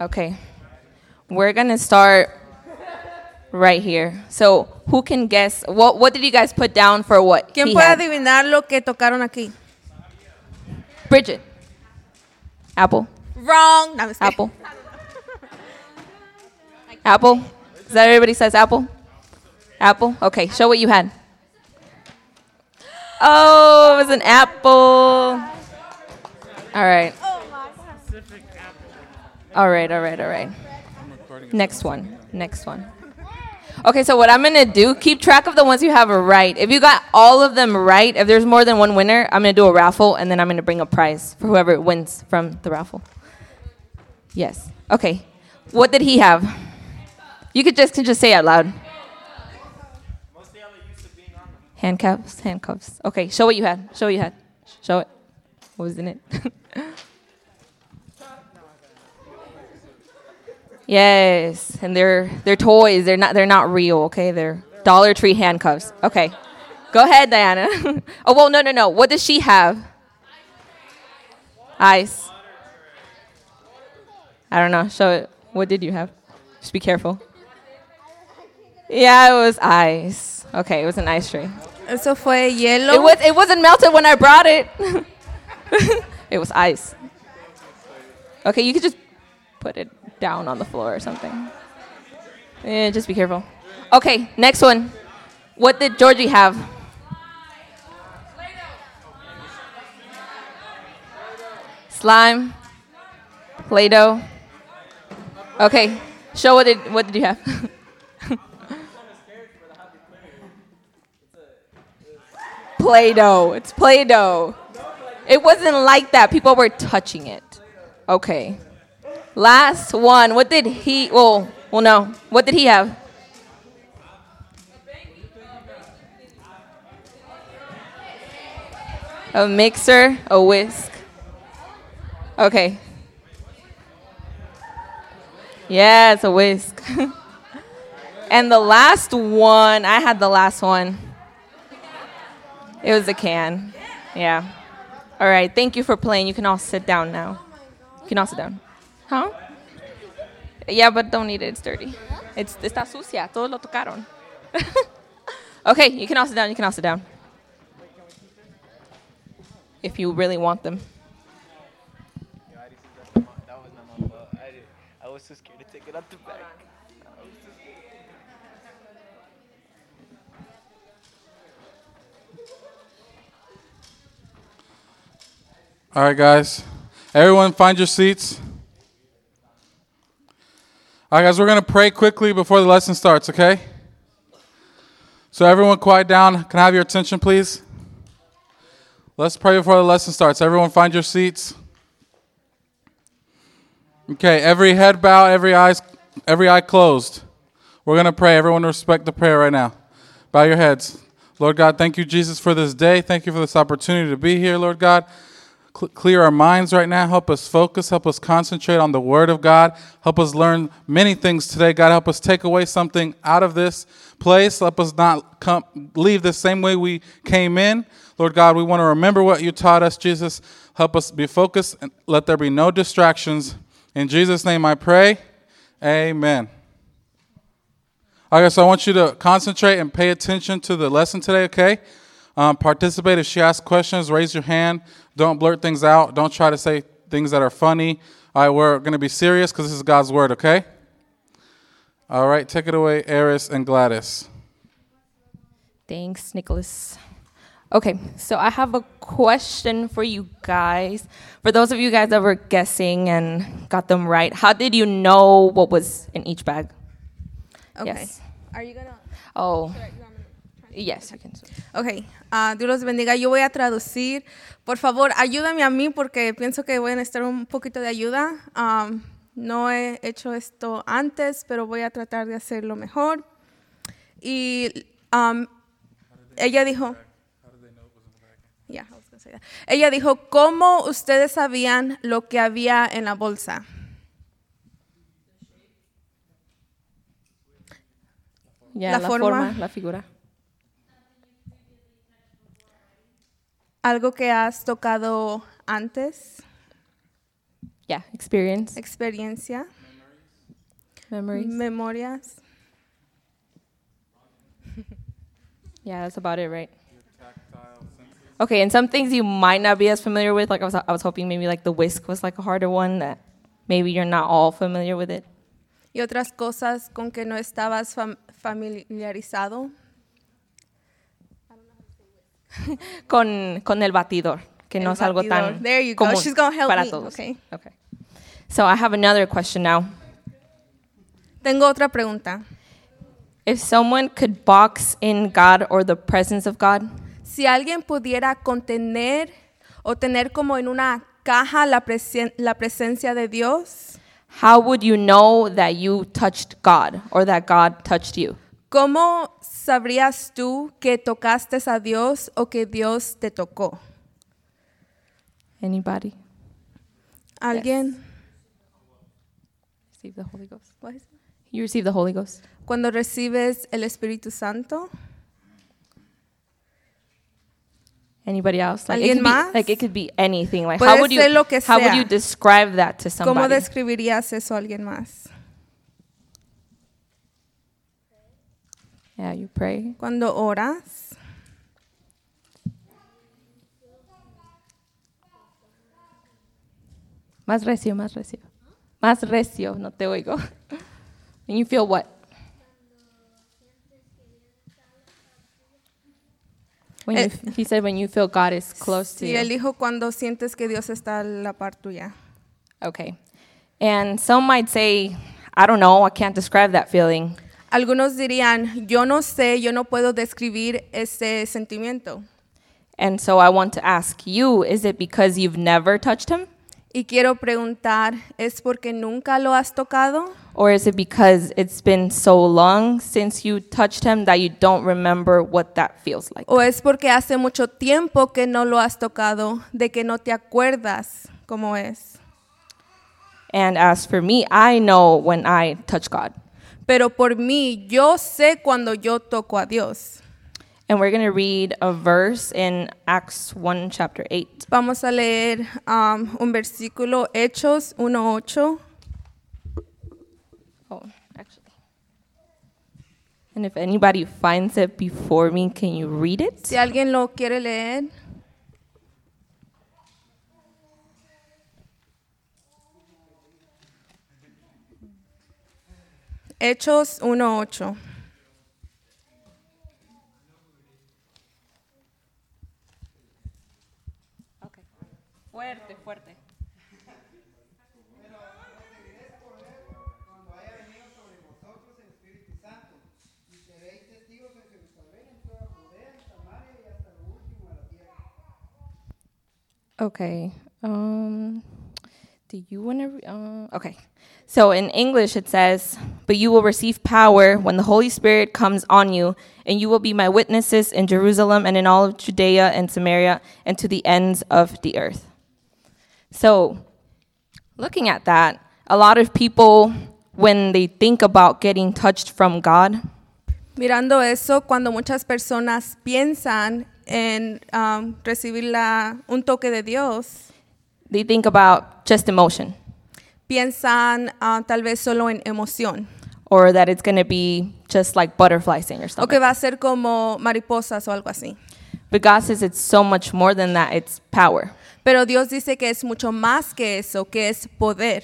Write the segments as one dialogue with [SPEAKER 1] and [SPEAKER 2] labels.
[SPEAKER 1] Okay. We're going to start right here. So, who can guess? What, what did you guys put down for what?
[SPEAKER 2] ¿Quién
[SPEAKER 1] he
[SPEAKER 2] puede
[SPEAKER 1] had?
[SPEAKER 2] adivinar lo que tocaron aquí?
[SPEAKER 1] Bridget. Apple.
[SPEAKER 2] Wrong. No, I'm just kidding.
[SPEAKER 1] Apple. Apple. Is that everybody says apple? Apple. Okay, show what you had. Oh, it was an apple. All right. All right, all right, all right. Next one. Next one. Okay, so what I'm gonna do, keep track of the ones you have right. If you got all of them right, if there's more than one winner, I'm gonna do a raffle and then I'm gonna bring a prize for whoever wins from the raffle. Yes. Okay. What did he have? You could just can just say it out loud. Handcuffs, handcuffs. Okay, show what you had. Show what you had. Show it. What was in it? yes, and they're they're toys. They're not they're not real. Okay, they're Dollar Tree handcuffs. Okay, go ahead, Diana. oh well, no no no. What does she have? Ice. I don't know. Show it. What did you have? Just be careful. Yeah, it was ice. Okay, it was an ice tray.
[SPEAKER 2] Eso fue
[SPEAKER 1] pues.
[SPEAKER 2] hielo.
[SPEAKER 1] It was. It wasn't melted when I brought it. it was ice. Okay, you could just put it down on the floor or something. Yeah, just be careful. Okay, next one. What did Georgie have? Slime, Play-Doh. Okay, show what did what did you have? Play-Doh. It's Play-Doh. It wasn't like that. People were touching it. Okay. Last one. What did he? Well, well, no. What did he have? A mixer, a whisk. Okay. Yeah, it's a whisk. and the last one, I had the last one. It was a can. Yeah. All right. Thank you for playing. You can all sit down now. You can all sit down. Huh? Yeah, but don't eat it. It's dirty. It's está sucia. Todos lo tocaron. okay. You can all sit down. You can all sit down. If you really want them.
[SPEAKER 3] That was not my fault. I, did, I was too scared to take it out the back.
[SPEAKER 4] All right, guys. Everyone, find your seats. All right, guys, we're going to pray quickly before the lesson starts, okay? So, everyone, quiet down. Can I have your attention, please? Let's pray before the lesson starts. Everyone, find your seats. Okay, every head bow, every eyes, every eye closed. We're going to pray. Everyone respect the prayer right now. Bow your heads. Lord God, thank you, Jesus, for this day. Thank you for this opportunity to be here, Lord God. Cl- clear our minds right now. Help us focus. Help us concentrate on the Word of God. Help us learn many things today. God, help us take away something out of this place. Help us not come, leave the same way we came in. Lord God, we want to remember what you taught us, Jesus. Help us be focused and let there be no distractions. In Jesus' name I pray. Amen. All right, so I want you to concentrate and pay attention to the lesson today, okay? Um, participate. If she asks questions, raise your hand. Don't blurt things out. Don't try to say things that are funny. All right, we're going to be serious because this is God's word, okay? All right, take it away, Eris and Gladys.
[SPEAKER 1] Thanks, Nicholas. Okay, so I have a question for you guys. For those of you guys that were guessing and got them right, how did you know what was in each bag?
[SPEAKER 2] Okay.
[SPEAKER 1] Yes.
[SPEAKER 2] Are you gonna-
[SPEAKER 1] Oh, yes, you can.
[SPEAKER 2] Ok, ah, Dios los bendiga. Yo voy a traducir. Por favor, ayúdame a mí porque pienso que voy a necesitar un poquito de ayuda. Am, no he hecho esto antes, pero voy a tratar de hacerlo mejor. Y am, ella dijo... Yeah, I was gonna say that. Ella dijo, ¿cómo ustedes sabían lo que había en la bolsa?
[SPEAKER 1] Yeah,
[SPEAKER 2] La
[SPEAKER 1] la,
[SPEAKER 2] forma.
[SPEAKER 1] forma. la figura.
[SPEAKER 2] Algo que has tocado antes,
[SPEAKER 1] Yeah, experience. Mm.
[SPEAKER 2] experiencia.
[SPEAKER 1] Memories.
[SPEAKER 2] memorias.
[SPEAKER 1] Yeah, that's about it, right? Okay, and some things you might not be as familiar with. Like I was, I was hoping maybe like the whisk was like a harder one that maybe you're not all familiar with it.
[SPEAKER 2] y otras cosas con que no estabas fam- familiarizado.
[SPEAKER 1] Con, con el batidor, que no
[SPEAKER 2] El
[SPEAKER 1] es algo
[SPEAKER 2] batidor.
[SPEAKER 1] tan
[SPEAKER 2] There you go.
[SPEAKER 1] común
[SPEAKER 2] She's gonna help
[SPEAKER 1] para
[SPEAKER 2] me.
[SPEAKER 1] todos.
[SPEAKER 2] Okay.
[SPEAKER 1] Okay. So I have another question now.
[SPEAKER 2] Tengo otra pregunta.
[SPEAKER 1] If someone could box in God or the presence of God,
[SPEAKER 2] Si alguien pudiera contener o tener como en una caja la, presen- la presencia de Dios,
[SPEAKER 1] how would you know that you touched God or that God touched you?
[SPEAKER 2] ¿cómo sabrías tú que tocaste a Dios o que Dios te tocó?
[SPEAKER 1] Anybody
[SPEAKER 2] ¿Alguien?
[SPEAKER 1] receive the Holy Ghost?
[SPEAKER 2] What is it?
[SPEAKER 1] You receive the Holy Ghost.
[SPEAKER 2] Cuando recibes el Espíritu Santo,
[SPEAKER 1] Anybody else? Like it,
[SPEAKER 2] ¿Alguien
[SPEAKER 1] could be,
[SPEAKER 2] más?
[SPEAKER 1] like it could be anything. Like
[SPEAKER 2] Puede
[SPEAKER 1] how would you
[SPEAKER 2] ser lo que
[SPEAKER 1] how would
[SPEAKER 2] sea.
[SPEAKER 1] you describe that to
[SPEAKER 2] ¿cómo
[SPEAKER 1] somebody?
[SPEAKER 2] describirías eso a alguien más?
[SPEAKER 1] yeah, you pray.
[SPEAKER 2] Cuando oras,
[SPEAKER 1] Más recio, más recio. Más recio, no te oigo. And you feel what? When
[SPEAKER 2] Eh.
[SPEAKER 1] you, he said when you feel God is close to
[SPEAKER 2] y
[SPEAKER 1] you.
[SPEAKER 2] el hijo cuando sientes que Dios está a la par tuya.
[SPEAKER 1] Okay. And some might say, I don't know, I can't describe that feeling.
[SPEAKER 2] Algunos dirían, yo no sé, yo no puedo describir ese sentimiento.
[SPEAKER 1] And so I want to ask you, is it because you've never touched him?
[SPEAKER 2] Y quiero preguntar, ¿es porque nunca lo has tocado?
[SPEAKER 1] Or is it because it's been so long since you touched him that you don't remember what that feels like?
[SPEAKER 2] ¿O es porque hace mucho tiempo que no lo has tocado, de que no te acuerdas cómo es?
[SPEAKER 1] And as for me, I know when I touch God.
[SPEAKER 2] Pero por mí, yo sé cuando yo toco a Dios.
[SPEAKER 1] And we're going to read a verse in Acts 1, chapter 8.
[SPEAKER 2] Vamos a leer um, un versículo, Hechos 1.8.
[SPEAKER 1] Oh, actually. And if anybody finds it before me, can you read it?
[SPEAKER 2] Si alguien lo quiere leer. Hechos 1.8.
[SPEAKER 1] Fuerte, fuerte. Okay. Um, do you want to? Uh, okay. So in English it says, "But you will receive power when the Holy Spirit comes on you, and you will be my witnesses in Jerusalem and in all of Judea and Samaria and to the ends of the earth." So, looking at that, a lot of people when they think about getting touched from God,
[SPEAKER 2] Mirando eso, cuando muchas personas piensan en um, recibir la- un toque de Dios,
[SPEAKER 1] they think about just emotion
[SPEAKER 2] piensan ah, tal vez solo en emoción
[SPEAKER 1] or that it's going to be just like butterflies in your
[SPEAKER 2] o
[SPEAKER 1] stomach.
[SPEAKER 2] que va a ser como mariposas o algo así.
[SPEAKER 1] But God says it's so much more than that, it's power.
[SPEAKER 2] Pero Dios dice que es mucho más que eso, que es poder.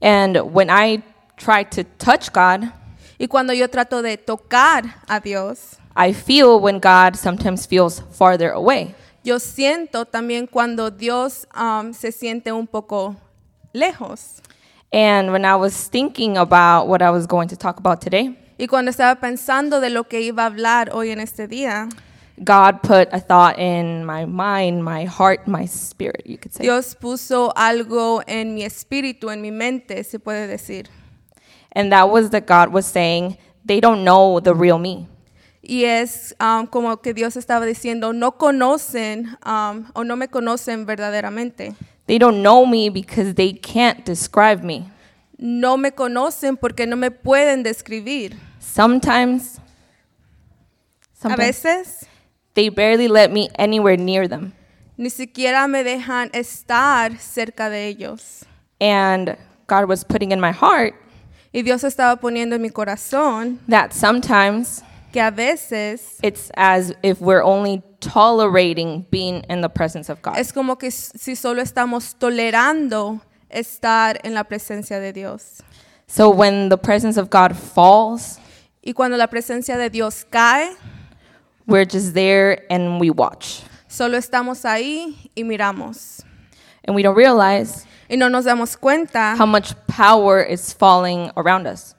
[SPEAKER 1] And when I try to touch God,
[SPEAKER 2] Y cuando yo trato de tocar a Dios,
[SPEAKER 1] I feel when God sometimes feels farther away.
[SPEAKER 2] yo siento también cuando Dios um, se siente un poco lejos.
[SPEAKER 1] And when I was thinking about what I was going to talk about today,
[SPEAKER 2] Y cuando estaba pensando de lo que iba a hablar hoy en este día,
[SPEAKER 1] God put a thought in my mind, my heart, my spirit, you could say.
[SPEAKER 2] Dios puso algo en mi espíritu, en mi mente, se puede decir.
[SPEAKER 1] And that was that God was saying, they don't know the real me.
[SPEAKER 2] Y es um, como que Dios estaba diciendo, no conocen um, o no me conocen verdaderamente.
[SPEAKER 1] They don't know me because they can't describe me.
[SPEAKER 2] No me conocen porque no me pueden describir.
[SPEAKER 1] Sometimes,
[SPEAKER 2] A
[SPEAKER 1] sometimes
[SPEAKER 2] veces
[SPEAKER 1] they barely let me anywhere near them.
[SPEAKER 2] ni siquiera me dejan estar cerca de ellos.
[SPEAKER 1] And God was putting in my heart
[SPEAKER 2] Y Y Dios estaba poniendo en mi corazón
[SPEAKER 1] that sometimes
[SPEAKER 2] que a veces
[SPEAKER 1] it's as if we're only tolerating being in the presence of God.
[SPEAKER 2] es como que s- si solo estamos tolerando estar en la presencia de Dios.
[SPEAKER 1] So when the presence of God falls,
[SPEAKER 2] Y cuando la presencia de Dios cae,
[SPEAKER 1] we're just there and we watch.
[SPEAKER 2] solo estamos ahí y miramos.
[SPEAKER 1] And we don't realize
[SPEAKER 2] Y no nos damos cuenta
[SPEAKER 1] how much power is falling around us.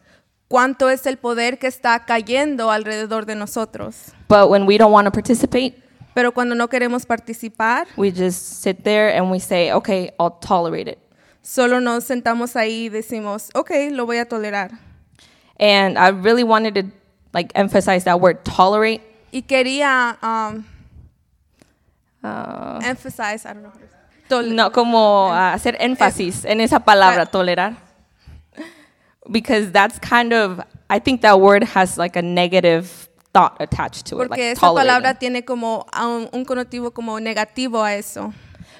[SPEAKER 2] cuánto es el poder que está cayendo alrededor de nosotros.
[SPEAKER 1] But when we don't want to participate,
[SPEAKER 2] Pero cuando no queremos participar,
[SPEAKER 1] we just sit there and we say, okay, I'll tolerate it.
[SPEAKER 2] solo nos sentamos ahí y decimos, ok, lo voy a tolerar.
[SPEAKER 1] And I really wanted to like emphasize that word tolerate.
[SPEAKER 2] Y quería um,
[SPEAKER 1] Uh,
[SPEAKER 2] emphasize, I don't know. how to- tol-
[SPEAKER 1] no, como uh, hacer énfasis en esa palabra, tolerar. Because that's kind of, I think that word has like a negative thought attached to it.
[SPEAKER 2] Porque
[SPEAKER 1] Like
[SPEAKER 2] esa palabra
[SPEAKER 1] tolerating.
[SPEAKER 2] tiene como a un, un connotivo como negativo a eso.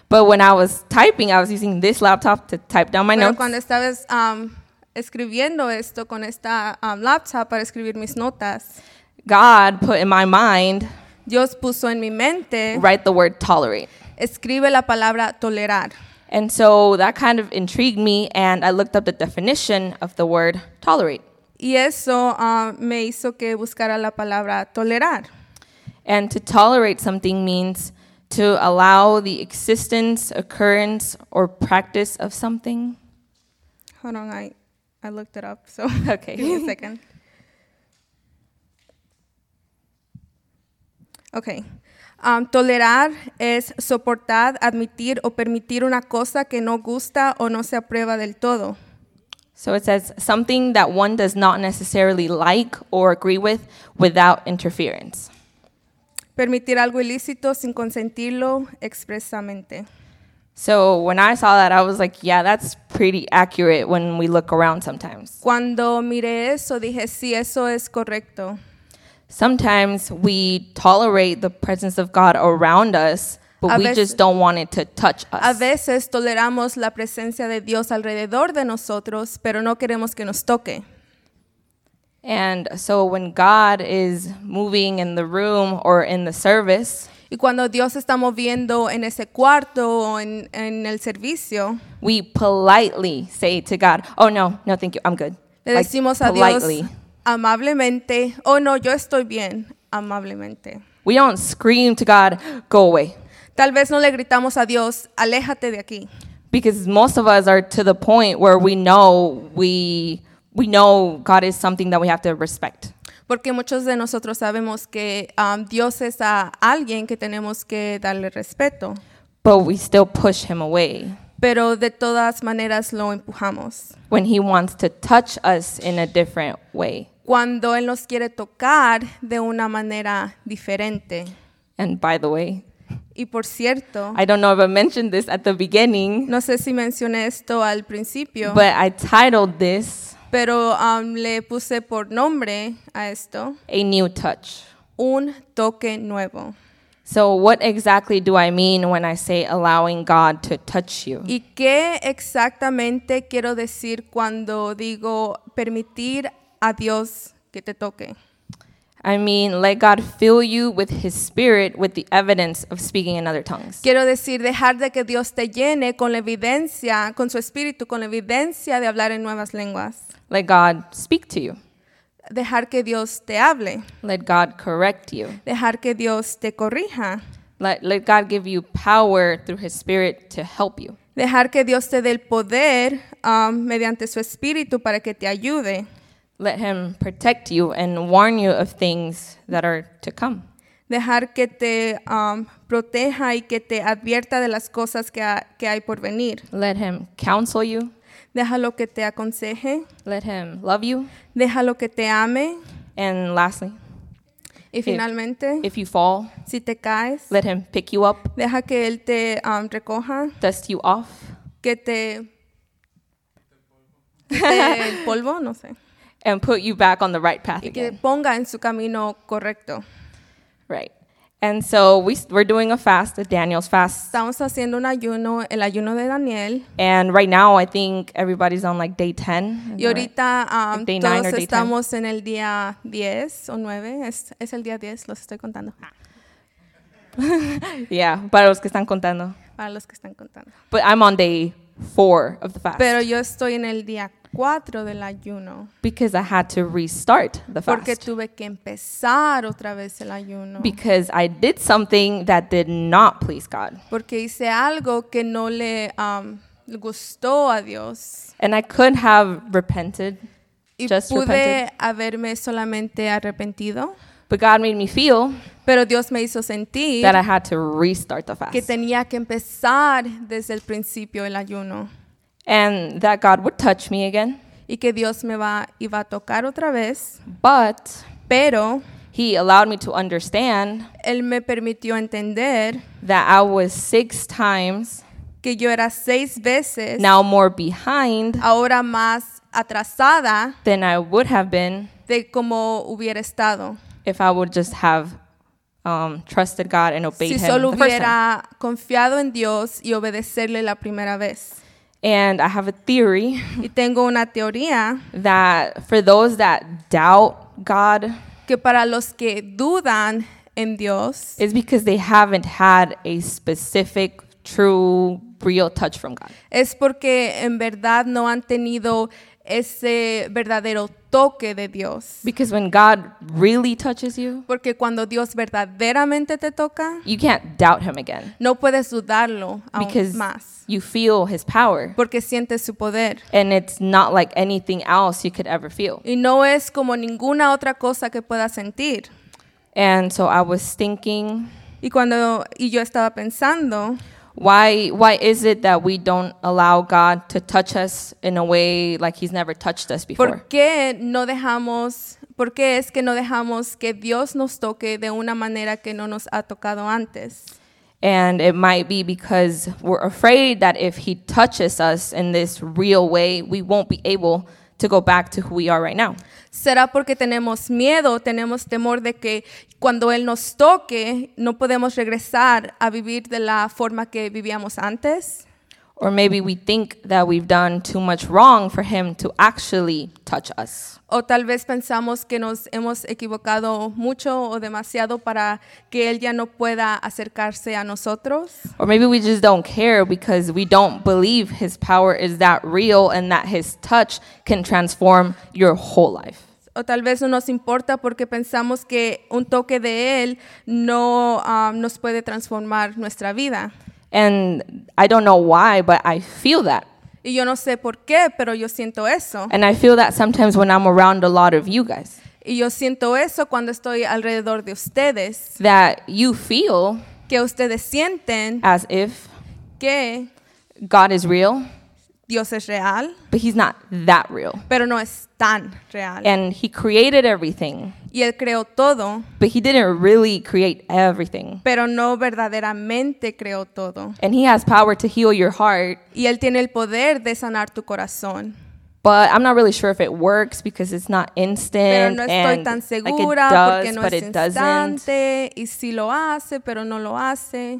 [SPEAKER 1] But when I was typing, I was using this laptop to type down my
[SPEAKER 2] Pero
[SPEAKER 1] notes.
[SPEAKER 2] cuando estaba um, escribiendo esto con esta um, laptop para escribir mis notas,
[SPEAKER 1] God put in my mind,
[SPEAKER 2] Dios puso en mi mente,
[SPEAKER 1] write the word tolerate.
[SPEAKER 2] escribe la palabra tolerar.
[SPEAKER 1] And so that kind of intrigued me, and I looked up the definition of the word tolerate.
[SPEAKER 2] Y eso ah, me hizo que buscara la palabra tolerar.
[SPEAKER 1] And to tolerate something means to allow the existence, occurrence, or practice of something.
[SPEAKER 2] Hold on, I, I looked it up, so
[SPEAKER 1] Okay.
[SPEAKER 2] give me a second. Okay. Um, tolerar es soportar, admitir o permitir una cosa que no gusta o no se aprueba del todo.
[SPEAKER 1] So it says something that one does not necessarily like or agree with without interference.
[SPEAKER 2] Permitir algo ilícito sin consentirlo expresamente.
[SPEAKER 1] So when I saw that, I was like, yeah, that's pretty accurate when we look around sometimes.
[SPEAKER 2] Cuando miré eso, dije, sí, eso es correcto.
[SPEAKER 1] Sometimes we tolerate the presence of God around us, but
[SPEAKER 2] A
[SPEAKER 1] we
[SPEAKER 2] veces-
[SPEAKER 1] just don't want it to touch us.
[SPEAKER 2] A veces toleramos la presencia de Dios alrededor de nosotros, pero no queremos que nos toque.
[SPEAKER 1] And so when God is moving in the room or in the service,
[SPEAKER 2] Y cuando Dios se está moviendo en ese cuarto o en, en el servicio,
[SPEAKER 1] we politely say to God, "Oh no, no, thank you, I'm good."
[SPEAKER 2] le
[SPEAKER 1] Like,
[SPEAKER 2] decimos a Dios
[SPEAKER 1] politely.
[SPEAKER 2] amablemente, oh no, yo estoy bien, amablemente.
[SPEAKER 1] We don't scream to God, "Go away,"
[SPEAKER 2] Tal vez no le gritamos a Dios, aléjate de aquí,
[SPEAKER 1] because most of us are to the point where we know we we know God is something that we have to respect.
[SPEAKER 2] porque muchos de nosotros sabemos que um, Dios es a alguien que tenemos que darle respeto,
[SPEAKER 1] But we still push him away
[SPEAKER 2] pero de todas maneras lo empujamos.
[SPEAKER 1] when he wants to touch us in a different way.
[SPEAKER 2] cuando Él nos quiere tocar de una manera diferente.
[SPEAKER 1] And by the way,
[SPEAKER 2] Y por cierto,
[SPEAKER 1] I don't know if I mentioned this at the beginning.
[SPEAKER 2] no sé si mencioné esto al principio,
[SPEAKER 1] But I titled this
[SPEAKER 2] pero um, le puse por nombre a esto
[SPEAKER 1] A New Touch.
[SPEAKER 2] un toque nuevo.
[SPEAKER 1] So, what exactly do I mean when I say allowing God to touch you?
[SPEAKER 2] ¿Y qué exactamente quiero decir cuando digo permitir a Dios que te toque?
[SPEAKER 1] I mean, let God fill you with His Spirit with the evidence of speaking in other tongues.
[SPEAKER 2] Quiero decir, dejar de que Dios te llene con la evidencia, con su espíritu, con la evidencia de hablar en nuevas lenguas.
[SPEAKER 1] Let God speak to you.
[SPEAKER 2] Dejar que Dios te hable.
[SPEAKER 1] Let God correct you.
[SPEAKER 2] dejar que Dios te corrija,
[SPEAKER 1] Let, let God give you power through His Spirit to help you.
[SPEAKER 2] dejar que Dios te dé el poder um, mediante su espíritu para que te ayude,
[SPEAKER 1] Let Him protect you and warn you of things that are to come.
[SPEAKER 2] dejar que te um, proteja y que te advierta de las cosas que, ha- que hay por venir,
[SPEAKER 1] Let Him counsel you.
[SPEAKER 2] déjalo que te aconseje,
[SPEAKER 1] Let Him love you.
[SPEAKER 2] déjalo que te ame
[SPEAKER 1] And lastly,
[SPEAKER 2] y finalmente,
[SPEAKER 1] if you fall,
[SPEAKER 2] si te caes,
[SPEAKER 1] Let him pick you up,
[SPEAKER 2] deja que Él te um, recoja,
[SPEAKER 1] dust you off,
[SPEAKER 2] que te... que te- el polvo, no sé,
[SPEAKER 1] and put you back on the right path
[SPEAKER 2] y que
[SPEAKER 1] again.
[SPEAKER 2] ponga en su camino correcto.
[SPEAKER 1] Right. And so we, we're doing a fast, a Daniel's fast.
[SPEAKER 2] Estamos haciendo un ayuno, el ayuno de Daniel.
[SPEAKER 1] And right now, I think everybody's on like day 10. Is
[SPEAKER 2] Y
[SPEAKER 1] that right?
[SPEAKER 2] ahorita um,
[SPEAKER 1] Day nine or
[SPEAKER 2] todos
[SPEAKER 1] day ten.
[SPEAKER 2] estamos en el día 10 o 9. Es, es el día 10, los estoy contando.
[SPEAKER 1] Ah. Yeah, para los que están contando.
[SPEAKER 2] Para los que están contando.
[SPEAKER 1] But I'm on day four of the fast
[SPEAKER 2] Pero yo estoy en el día 4 del ayuno.
[SPEAKER 1] because I had to restart the
[SPEAKER 2] Porque
[SPEAKER 1] fast.
[SPEAKER 2] tuve que empezar otra vez el ayuno.
[SPEAKER 1] Because I did something that did not please God.
[SPEAKER 2] Porque hice algo que no le um, gustó a Dios.
[SPEAKER 1] And I could have repented,
[SPEAKER 2] Y
[SPEAKER 1] Just
[SPEAKER 2] pude
[SPEAKER 1] repented.
[SPEAKER 2] haberme solamente arrepentido.
[SPEAKER 1] but God made me feel
[SPEAKER 2] Pero Dios me hizo sentir
[SPEAKER 1] that I had to restart the
[SPEAKER 2] que
[SPEAKER 1] fast.
[SPEAKER 2] tenía que empezar desde el principio el ayuno.
[SPEAKER 1] And that God would touch me again,
[SPEAKER 2] y que Dios me va iba a tocar otra vez,
[SPEAKER 1] but
[SPEAKER 2] pero
[SPEAKER 1] He allowed me to understand
[SPEAKER 2] él me permitió entender
[SPEAKER 1] that I was six times
[SPEAKER 2] que yo era seis veces
[SPEAKER 1] now more behind
[SPEAKER 2] ahora más atrasada
[SPEAKER 1] than I would have been
[SPEAKER 2] de como hubiera estado
[SPEAKER 1] if I would just have um, trusted God and obeyed
[SPEAKER 2] si
[SPEAKER 1] Him
[SPEAKER 2] solo
[SPEAKER 1] the first time.
[SPEAKER 2] hubiera confiado en Dios y obedecerle la primera vez.
[SPEAKER 1] And I have a theory
[SPEAKER 2] Y tengo una teoría
[SPEAKER 1] that for those that doubt God,
[SPEAKER 2] que para los que dudan en Dios
[SPEAKER 1] it's because they haven't had a specific, true, real touch from God.
[SPEAKER 2] es porque en verdad no han tenido ese verdadero toque de Dios.
[SPEAKER 1] Because when God really touches you,
[SPEAKER 2] Porque cuando Dios verdaderamente te toca,
[SPEAKER 1] you can't doubt Him again
[SPEAKER 2] no puedes dudarlo aún
[SPEAKER 1] because
[SPEAKER 2] más,
[SPEAKER 1] you feel His power.
[SPEAKER 2] porque sientes su poder.
[SPEAKER 1] And it's not like anything else you could ever feel.
[SPEAKER 2] Y no es como ninguna otra cosa que puedas sentir.
[SPEAKER 1] And so I was thinking,
[SPEAKER 2] Y cuando y yo estaba pensando,
[SPEAKER 1] why why is it that we don't allow God to touch us in a way like he's never touched us before?
[SPEAKER 2] ¿por qué no dejamos, por qué es que no dejamos que Dios nos toque de una manera que no nos ha tocado antes?
[SPEAKER 1] And it might be because we're afraid that if he touches us in this real way, we won't be able to go back to who we are right now.
[SPEAKER 2] ¿Será porque tenemos miedo, tenemos temor de que cuando Él nos toque no podemos regresar a vivir de la forma que vivíamos antes?
[SPEAKER 1] Or maybe we think that we've done too much wrong for him to actually touch us.
[SPEAKER 2] O tal vez pensamos que nos hemos equivocado mucho o demasiado para que Él ya no pueda acercarse a nosotros.
[SPEAKER 1] Or maybe we just don't care because we don't believe his power is that real and that his touch can transform your whole life.
[SPEAKER 2] O tal vez no nos importa porque pensamos que un toque de Él no ah, nos puede transformar nuestra vida.
[SPEAKER 1] And I don't know why, but I feel that.
[SPEAKER 2] Y yo no sé por qué, pero yo siento eso.
[SPEAKER 1] And I feel that sometimes when I'm around a lot of you guys,
[SPEAKER 2] Y yo siento eso cuando estoy alrededor de ustedes,
[SPEAKER 1] that you feel
[SPEAKER 2] que ustedes sienten
[SPEAKER 1] as if
[SPEAKER 2] que
[SPEAKER 1] God is real,
[SPEAKER 2] Dios es real,
[SPEAKER 1] but He's not that real.
[SPEAKER 2] pero no es tan real.
[SPEAKER 1] And He created everything,
[SPEAKER 2] Y Él creó todo.
[SPEAKER 1] but He didn't really create everything.
[SPEAKER 2] pero no verdaderamente creó todo.
[SPEAKER 1] And He has power to heal your heart,
[SPEAKER 2] Y Él tiene el poder de sanar tu corazón.
[SPEAKER 1] but I'm not really sure if it works because it's not
[SPEAKER 2] Pero
[SPEAKER 1] instant.
[SPEAKER 2] no
[SPEAKER 1] and
[SPEAKER 2] estoy tan
[SPEAKER 1] like it
[SPEAKER 2] segura porque
[SPEAKER 1] does,
[SPEAKER 2] no
[SPEAKER 1] but
[SPEAKER 2] es
[SPEAKER 1] it doesn't.
[SPEAKER 2] instante. Y sí lo hace, pero no lo hace.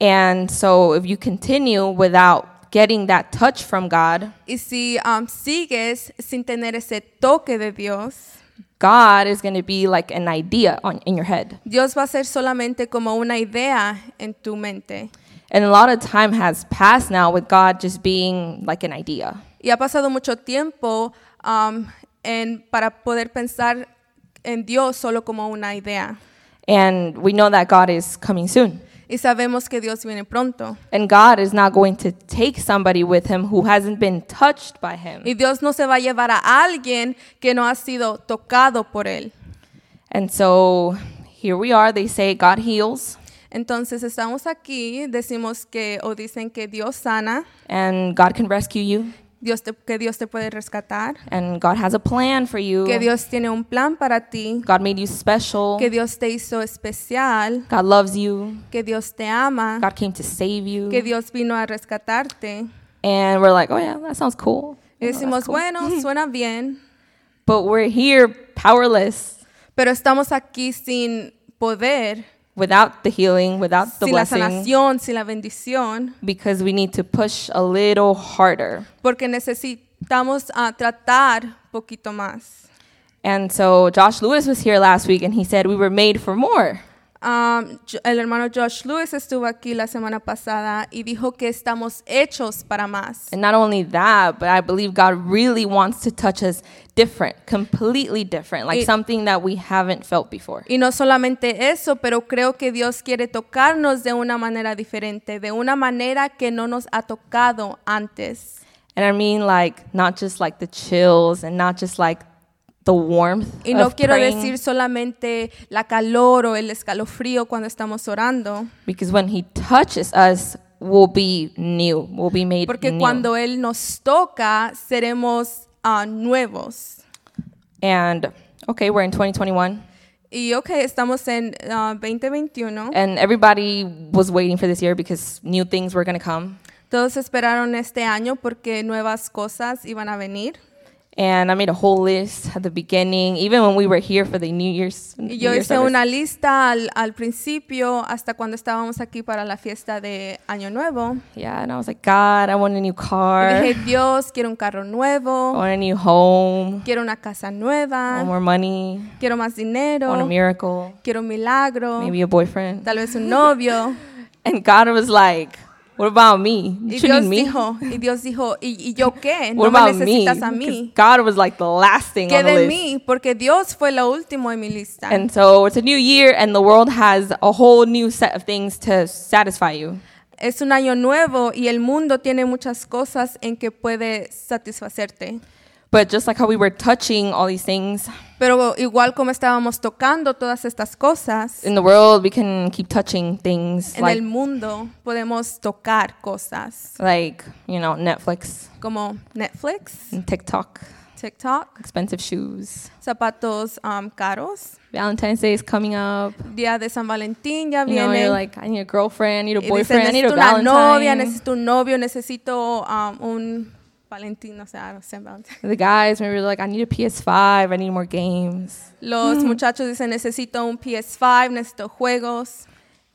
[SPEAKER 1] And so if you continue without getting that touch from God,
[SPEAKER 2] Y si um, sigues sin tener ese toque de Dios,
[SPEAKER 1] God is going to be like an idea on, in your head.
[SPEAKER 2] Dios va a ser solamente como una idea en tu mente.
[SPEAKER 1] And a lot of time has passed now with God just being like an idea.
[SPEAKER 2] Y ha pasado mucho tiempo um, en- para poder pensar en Dios solo como una idea.
[SPEAKER 1] And we know that God is coming soon.
[SPEAKER 2] Y sabemos que Dios viene pronto.
[SPEAKER 1] And God is not going to take somebody with him who hasn't been touched by him.
[SPEAKER 2] Y Dios no se va a llevar a alguien que no ha sido tocado por Él.
[SPEAKER 1] And so here we are. They say God heals
[SPEAKER 2] Entonces estamos aquí, decimos que o dicen que Dios sana,
[SPEAKER 1] and God can rescue you
[SPEAKER 2] Dios te- que Dios te puede rescatar,
[SPEAKER 1] and God has a plan for
[SPEAKER 2] que
[SPEAKER 1] you.
[SPEAKER 2] Dios tiene un plan para ti,
[SPEAKER 1] God made you special.
[SPEAKER 2] que Dios te hizo especial,
[SPEAKER 1] God loves you.
[SPEAKER 2] que Dios te ama,
[SPEAKER 1] God came to save
[SPEAKER 2] que
[SPEAKER 1] you.
[SPEAKER 2] Dios vino a rescatarte.
[SPEAKER 1] And we're like, oh, yeah, that sounds cool.
[SPEAKER 2] Y
[SPEAKER 1] Oh, that's
[SPEAKER 2] decimos,
[SPEAKER 1] cool.
[SPEAKER 2] bueno, suena bien,
[SPEAKER 1] But we're here powerless
[SPEAKER 2] pero estamos aquí sin poder,
[SPEAKER 1] without the healing, without the
[SPEAKER 2] sin la
[SPEAKER 1] blessing,
[SPEAKER 2] sanación, sin la bendición,
[SPEAKER 1] because we need to push a little harder.
[SPEAKER 2] porque necesitamos ah, tratar poquito más.
[SPEAKER 1] And so Josh Lewis was here last week and he said we were made for more.
[SPEAKER 2] Um, Jo- el hermano Josh Lewis estuvo aquí la semana pasada y dijo que estamos hechos para más.
[SPEAKER 1] And not only that, but I believe God really wants to touch us different, completely different, like
[SPEAKER 2] It-
[SPEAKER 1] something that we haven't felt before.
[SPEAKER 2] Y no solamente eso, pero creo que Dios quiere tocarnos de una manera diferente, de una manera que no nos ha tocado antes.
[SPEAKER 1] And I mean like not just like the chills and not just like the warmth.
[SPEAKER 2] Y no
[SPEAKER 1] of
[SPEAKER 2] quiero
[SPEAKER 1] praying,
[SPEAKER 2] decir solamente la calor o el escalofrío cuando estamos orando,
[SPEAKER 1] because when he touches us, we'll be new. We'll be made
[SPEAKER 2] porque
[SPEAKER 1] new.
[SPEAKER 2] cuando Él nos toca, seremos ah, nuevos.
[SPEAKER 1] and okay, we're in 2021
[SPEAKER 2] Y ok, estamos en ah, 2021.
[SPEAKER 1] and everybody was waiting for this year because new things were going to come.
[SPEAKER 2] Todos esperaron este año porque nuevas cosas iban a venir.
[SPEAKER 1] And I made a whole list at the beginning, even when we were here for the New Year's.
[SPEAKER 2] Y
[SPEAKER 1] New
[SPEAKER 2] yo
[SPEAKER 1] Year's
[SPEAKER 2] hice
[SPEAKER 1] service.
[SPEAKER 2] una lista al, al principio hasta cuando estábamos aquí para la fiesta de Año Nuevo.
[SPEAKER 1] Yeah, and I was like, God, I want a new
[SPEAKER 2] Y
[SPEAKER 1] car.
[SPEAKER 2] dije, Dios, quiero un carro
[SPEAKER 1] I
[SPEAKER 2] nuevo,
[SPEAKER 1] want a new home.
[SPEAKER 2] quiero una casa
[SPEAKER 1] I want
[SPEAKER 2] nueva,
[SPEAKER 1] more money.
[SPEAKER 2] quiero más
[SPEAKER 1] I want a
[SPEAKER 2] dinero,
[SPEAKER 1] miracle.
[SPEAKER 2] quiero un milagro,
[SPEAKER 1] Maybe a boyfriend.
[SPEAKER 2] tal vez un novio.
[SPEAKER 1] And God was like, What about me?
[SPEAKER 2] Y
[SPEAKER 1] You
[SPEAKER 2] Dios
[SPEAKER 1] need me.
[SPEAKER 2] dijo, y Dios dijo, ¿y, y yo qué?
[SPEAKER 1] What
[SPEAKER 2] No me
[SPEAKER 1] about me?
[SPEAKER 2] necesitas a
[SPEAKER 1] 'Cause
[SPEAKER 2] mí.
[SPEAKER 1] God was like the last thing
[SPEAKER 2] ¿Qué
[SPEAKER 1] on the
[SPEAKER 2] de
[SPEAKER 1] list.
[SPEAKER 2] mí? Porque Dios fue lo último en mi lista.
[SPEAKER 1] And so it's a new year, and the world has a whole new set of things to satisfy you.
[SPEAKER 2] Es un año nuevo y el mundo tiene muchas cosas en que puede satisfacerte.
[SPEAKER 1] But just like how we were touching all these things
[SPEAKER 2] Pero igual como estábamos tocando todas estas cosas,
[SPEAKER 1] in the world, we can keep touching things
[SPEAKER 2] en
[SPEAKER 1] like,
[SPEAKER 2] el mundo podemos tocar cosas
[SPEAKER 1] like you know, Netflix
[SPEAKER 2] como Netflix,
[SPEAKER 1] and TikTok,
[SPEAKER 2] TikTok,
[SPEAKER 1] expensive shoes.
[SPEAKER 2] zapatos um, caros,
[SPEAKER 1] Valentine's Day is coming up.
[SPEAKER 2] Día de San Valentín ya
[SPEAKER 1] You know, you're
[SPEAKER 2] viene.
[SPEAKER 1] like, I need a girlfriend, I need a
[SPEAKER 2] y dicen,
[SPEAKER 1] boyfriend, I need
[SPEAKER 2] necesito
[SPEAKER 1] a
[SPEAKER 2] una novia,
[SPEAKER 1] Valentine.
[SPEAKER 2] necesito un novio, necesito um, un Valentín, o sea, no sé, Valentine.
[SPEAKER 1] The guys maybe they're like, I need a PS5, I need more games.
[SPEAKER 2] Los muchachos dicen, necesito un PS5, necesito juegos.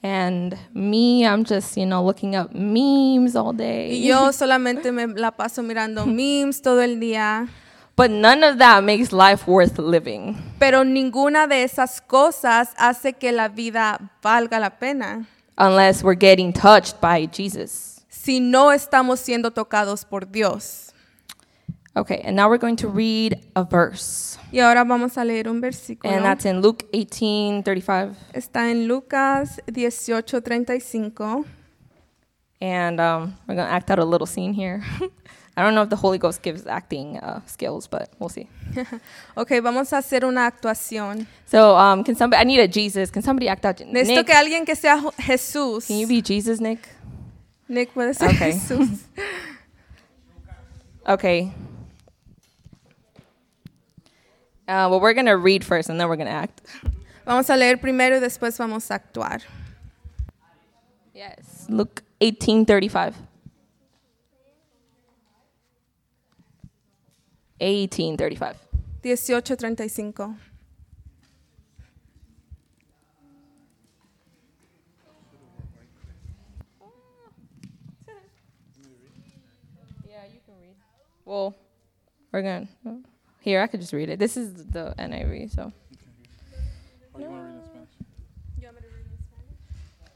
[SPEAKER 1] And me, I'm just, you know, looking up memes all day.
[SPEAKER 2] Y yo solamente me la paso mirando memes todo el día.
[SPEAKER 1] But none of that makes life worth living.
[SPEAKER 2] Pero ninguna de esas cosas hace que la vida valga la pena
[SPEAKER 1] Unless we're getting touched by Jesus.
[SPEAKER 2] si no estamos siendo tocados por Dios.
[SPEAKER 1] Okay, and now we're going to read a verse.
[SPEAKER 2] Y ahora vamos a leer un
[SPEAKER 1] And
[SPEAKER 2] versículo.
[SPEAKER 1] that's in Luke 18, 35.
[SPEAKER 2] Está en Lucas 18:35.
[SPEAKER 1] And um, we're going to act out a little scene here. I don't know if the Holy Ghost gives acting uh, skills, but we'll see.
[SPEAKER 2] Ok, vamos a hacer una actuación.
[SPEAKER 1] So, um, can somebody, I need a Jesus. Can somebody act out?
[SPEAKER 2] Necesito
[SPEAKER 1] Nick,
[SPEAKER 2] que alguien que sea Ju- Jesús.
[SPEAKER 1] can you be Jesus, Nick?
[SPEAKER 2] Nick puede ser
[SPEAKER 1] Ok.
[SPEAKER 2] Jesús.
[SPEAKER 1] Okay. Uh, well, we're going to read first and then we're going to act.
[SPEAKER 2] Vamos a leer primero y después vamos a actuar.
[SPEAKER 1] Yes. Luke 1835. 1835.
[SPEAKER 2] 18:35.
[SPEAKER 1] Yeah, you can read. Well, we're going to. Here, I could just read it. This is the NIV, so.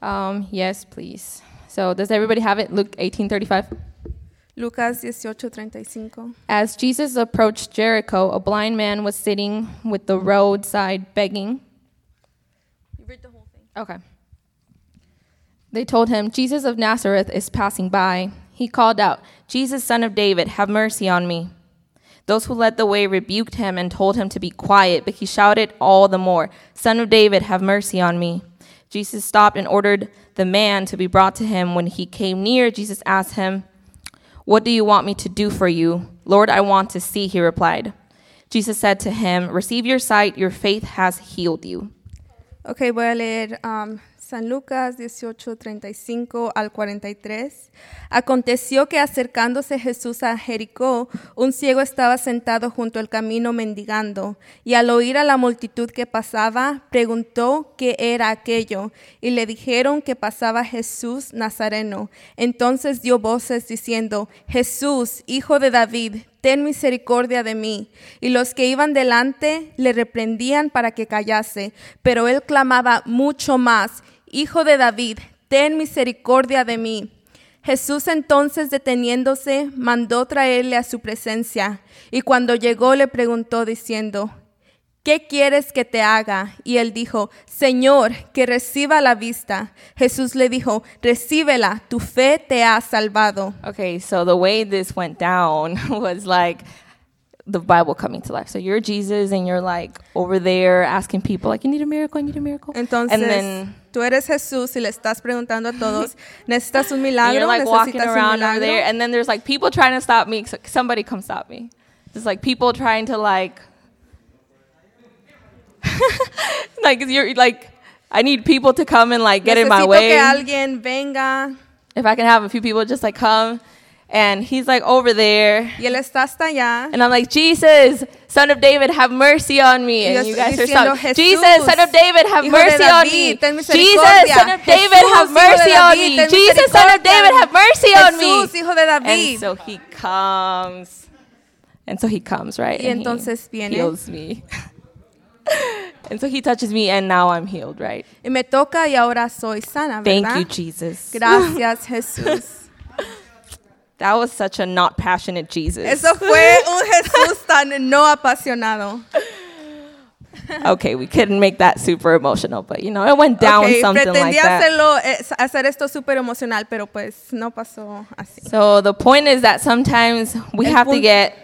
[SPEAKER 1] Um, yes, please. So, does everybody have it? Luke 1835.
[SPEAKER 2] Lucas 18:35.
[SPEAKER 1] As Jesus approached Jericho, a blind man was sitting with the roadside begging.
[SPEAKER 2] You read the whole thing.
[SPEAKER 1] Okay. They told him, Jesus of Nazareth is passing by. He called out, Jesus, son of David, have mercy on me. Those who led the way rebuked him and told him to be quiet, but he shouted all the more, Son of David, have mercy on me. Jesus stopped and ordered the man to be brought to him. When he came near, Jesus asked him, What do you want me to do for you? Lord, I want to see, he replied. Jesus said to him, Receive your sight, your faith has healed you.
[SPEAKER 2] Ok, voy a leer um, San Lucas 18:35 al 43. Aconteció que acercándose Jesús a Jericó, un ciego estaba sentado junto al camino mendigando, y al oír a la multitud que pasaba, preguntó qué era aquello, y le dijeron que pasaba Jesús Nazareno. Entonces dio voces diciendo, Jesús, hijo de David, ten misericordia de mí. Y los que iban delante le reprendían para que callase, pero él clamaba mucho más, Hijo de David, ten misericordia de mí. Jesús entonces deteniéndose, mandó traerle a su presencia, y cuando llegó le preguntó diciendo, ¿Qué quieres que te haga? Y él dijo, Señor, que reciba la vista. Jesús le dijo, recíbela, tu fe te ha salvado.
[SPEAKER 1] Okay, so the way this went down was like the Bible coming to life. So you're Jesus and you're like over there asking people like you need a miracle, you need a miracle.
[SPEAKER 2] Entonces,
[SPEAKER 1] and then
[SPEAKER 2] tú eres Jesús y le estás preguntando a todos, ¿necesitas
[SPEAKER 1] and
[SPEAKER 2] un
[SPEAKER 1] you're
[SPEAKER 2] milagro?
[SPEAKER 1] like walking
[SPEAKER 2] ¿Necesitas un
[SPEAKER 1] around over there
[SPEAKER 2] milagro?
[SPEAKER 1] and then there's like people trying to stop me. So- Somebody come stop me. It's like people trying to like like you're like I need people to come and like get in my
[SPEAKER 2] Necesito
[SPEAKER 1] way.
[SPEAKER 2] que alguien venga.
[SPEAKER 1] if I can have a few people just like come and he's like over there
[SPEAKER 2] Y él está hasta allá.
[SPEAKER 1] And I'm like, Jesus, son of David, have mercy on me.
[SPEAKER 2] Y yo
[SPEAKER 1] And you guys are
[SPEAKER 2] estoy diciendo,
[SPEAKER 1] so, Jesus, son of
[SPEAKER 2] "Jesús,
[SPEAKER 1] David, have
[SPEAKER 2] hijo de
[SPEAKER 1] mercy on
[SPEAKER 2] David,
[SPEAKER 1] me.
[SPEAKER 2] ten
[SPEAKER 1] Jesus, son
[SPEAKER 2] misericordia.
[SPEAKER 1] of David, have
[SPEAKER 2] Jesús, hijo de
[SPEAKER 1] mercy on
[SPEAKER 2] David,
[SPEAKER 1] me.
[SPEAKER 2] ten
[SPEAKER 1] Jesus, son of David,
[SPEAKER 2] misericordia.
[SPEAKER 1] have mercy on
[SPEAKER 2] Jesús,
[SPEAKER 1] me.
[SPEAKER 2] hijo de
[SPEAKER 1] And
[SPEAKER 2] David.
[SPEAKER 1] so he comes. And so he comes, right?
[SPEAKER 2] Y
[SPEAKER 1] And he
[SPEAKER 2] entonces viene.
[SPEAKER 1] heals me. and so he touches me, and now I'm healed, right?
[SPEAKER 2] Y me toca y ahora soy sana,
[SPEAKER 1] Thank
[SPEAKER 2] ¿verdad?
[SPEAKER 1] you, Jesus.
[SPEAKER 2] Gracias, Jesús.
[SPEAKER 1] That was such a not passionate Jesus.
[SPEAKER 2] Eso fue un Jesús tan no apasionado.
[SPEAKER 1] okay, we couldn't make that super emotional, but you know, it went down
[SPEAKER 2] Ok,
[SPEAKER 1] something like
[SPEAKER 2] pretendía
[SPEAKER 1] that.
[SPEAKER 2] hacerlo, eh, hacer esto súper emocional, pero pues no pasó así.
[SPEAKER 1] So the point is that sometimes we
[SPEAKER 2] El
[SPEAKER 1] have to
[SPEAKER 2] punto-
[SPEAKER 1] get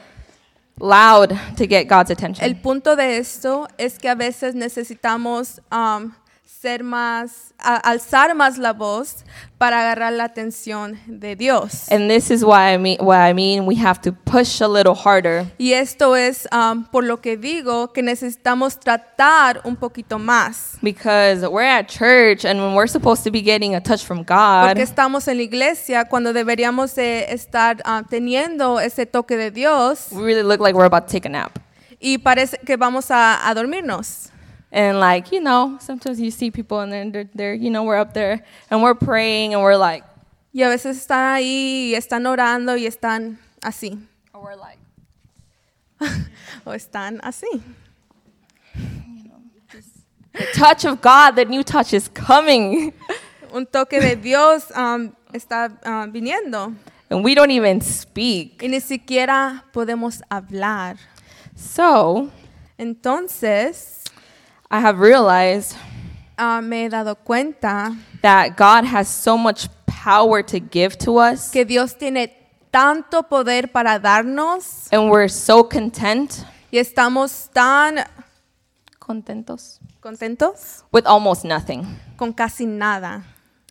[SPEAKER 1] loud to get God's
[SPEAKER 2] El
[SPEAKER 1] attention.
[SPEAKER 2] punto de esto es que a veces necesitamos um, ser más, a- alzar más la voz para agarrar la atención de Dios.
[SPEAKER 1] And this is why I mean what I mean we have to push a little harder
[SPEAKER 2] Y esto es um, por lo que digo que necesitamos tratar un poquito más.
[SPEAKER 1] because we're at church and when we're supposed to be getting a touch from God,
[SPEAKER 2] Porque estamos en la iglesia cuando deberíamos de estar um, teniendo ese toque de Dios
[SPEAKER 1] we really look like we're about to take a nap.
[SPEAKER 2] y parece que vamos a, a dormirnos.
[SPEAKER 1] And like, you know, sometimes you see people and then they're, they're you know, we're up there and we're praying and we're like
[SPEAKER 2] Y a veces están ahí y están orando y están así.
[SPEAKER 1] or we're like
[SPEAKER 2] O están así.
[SPEAKER 1] the touch of God, the new touch is coming.
[SPEAKER 2] un toque de Dios um, está uh, viniendo
[SPEAKER 1] and we don't even speak.
[SPEAKER 2] y ni siquiera podemos hablar.
[SPEAKER 1] So
[SPEAKER 2] Entonces,
[SPEAKER 1] I have realized
[SPEAKER 2] ah, me he dado cuenta
[SPEAKER 1] that God has so much power to give to us,
[SPEAKER 2] que Dios tiene tanto poder para darnos
[SPEAKER 1] and we're so content,
[SPEAKER 2] y estamos tan
[SPEAKER 1] contentos,
[SPEAKER 2] contentos
[SPEAKER 1] with almost nothing.
[SPEAKER 2] con casi nada.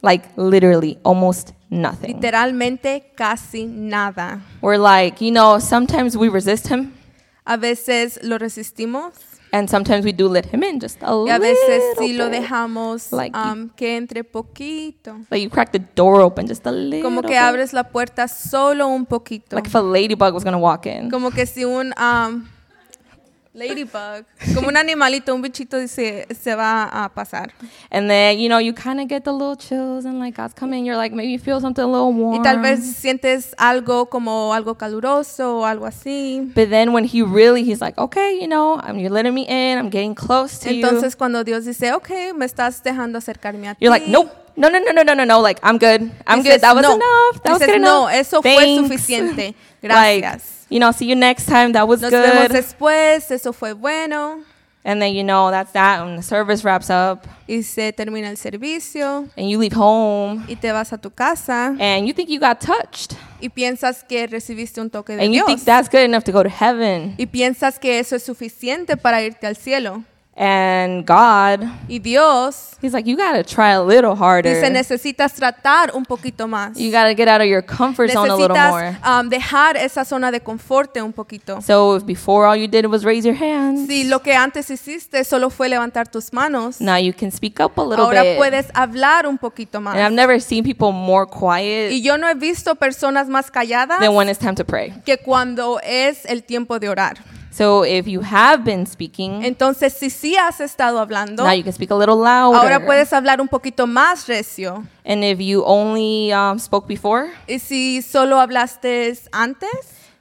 [SPEAKER 1] Like literally, almost nothing.
[SPEAKER 2] Literalmente casi nada.
[SPEAKER 1] We're like, you know, sometimes we resist Him,
[SPEAKER 2] A veces lo resistimos
[SPEAKER 1] and sometimes we do let Him in just a
[SPEAKER 2] y a veces
[SPEAKER 1] little
[SPEAKER 2] sí lo
[SPEAKER 1] bit.
[SPEAKER 2] dejamos
[SPEAKER 1] Like you-
[SPEAKER 2] um, que entre poquito.
[SPEAKER 1] Like you crack the door open just a little.
[SPEAKER 2] Como que
[SPEAKER 1] bit.
[SPEAKER 2] abres la puerta solo un poquito.
[SPEAKER 1] Like if a ladybug was gonna walk in.
[SPEAKER 2] Como que si un um, ladybug, como un animalito, un bichito se, se va a pasar.
[SPEAKER 1] And then, you know, you kind of get the little chills and like God's coming. You're like, maybe you feel something a little warm.
[SPEAKER 2] Y tal vez sientes algo como algo caluroso o algo así.
[SPEAKER 1] But then when he really, he's like, okay, you know, I'm, you're letting me in. I'm getting close to
[SPEAKER 2] Entonces cuando Dios dice, ok, me estás dejando acercarme a ti.
[SPEAKER 1] you. You're like, nope. No, no, no, no, no, no, no. Like, I'm good. I'm
[SPEAKER 2] Dices,
[SPEAKER 1] good. That was
[SPEAKER 2] "No."
[SPEAKER 1] enough. That was
[SPEAKER 2] Dices,
[SPEAKER 1] good enough.
[SPEAKER 2] "No, eso fue suficiente.
[SPEAKER 1] like,
[SPEAKER 2] Gracias.
[SPEAKER 1] you know, see you next time. That was
[SPEAKER 2] Nos vemos
[SPEAKER 1] good.
[SPEAKER 2] después, eso fue bueno.
[SPEAKER 1] And then, you know, that's that. And the service wraps up.
[SPEAKER 2] Y se termina el servicio
[SPEAKER 1] And you leave home.
[SPEAKER 2] y te vas a tu casa
[SPEAKER 1] And you think you got touched.
[SPEAKER 2] y piensas que recibiste un toque de
[SPEAKER 1] And you
[SPEAKER 2] Dios.
[SPEAKER 1] think that's good enough to go to heaven.
[SPEAKER 2] Y piensas que eso es suficiente para irte al cielo.
[SPEAKER 1] And God,
[SPEAKER 2] Y Dios
[SPEAKER 1] He's like, you gotta try a little harder.
[SPEAKER 2] dice, necesitas tratar un poquito más.
[SPEAKER 1] You gotta get out of your comfort zone a little more.
[SPEAKER 2] Necesitas um, dejar esa zona de confort un poquito.
[SPEAKER 1] So if before all you did was raise your hands,
[SPEAKER 2] Si lo que antes hiciste solo fue levantar tus manos,
[SPEAKER 1] now you can speak up a little
[SPEAKER 2] ahora
[SPEAKER 1] bit.
[SPEAKER 2] puedes hablar un poquito
[SPEAKER 1] and I've
[SPEAKER 2] más.
[SPEAKER 1] never seen people more quiet
[SPEAKER 2] Y yo no he visto personas más calladas
[SPEAKER 1] than when it's time to pray.
[SPEAKER 2] que cuando es el tiempo de orar.
[SPEAKER 1] So if you have been speaking,
[SPEAKER 2] Entonces, si sí has estado hablando,
[SPEAKER 1] now you can speak a little louder.
[SPEAKER 2] ahora puedes hablar un poquito más recio.
[SPEAKER 1] and if you only um, spoke before,
[SPEAKER 2] Y si solo hablaste antes,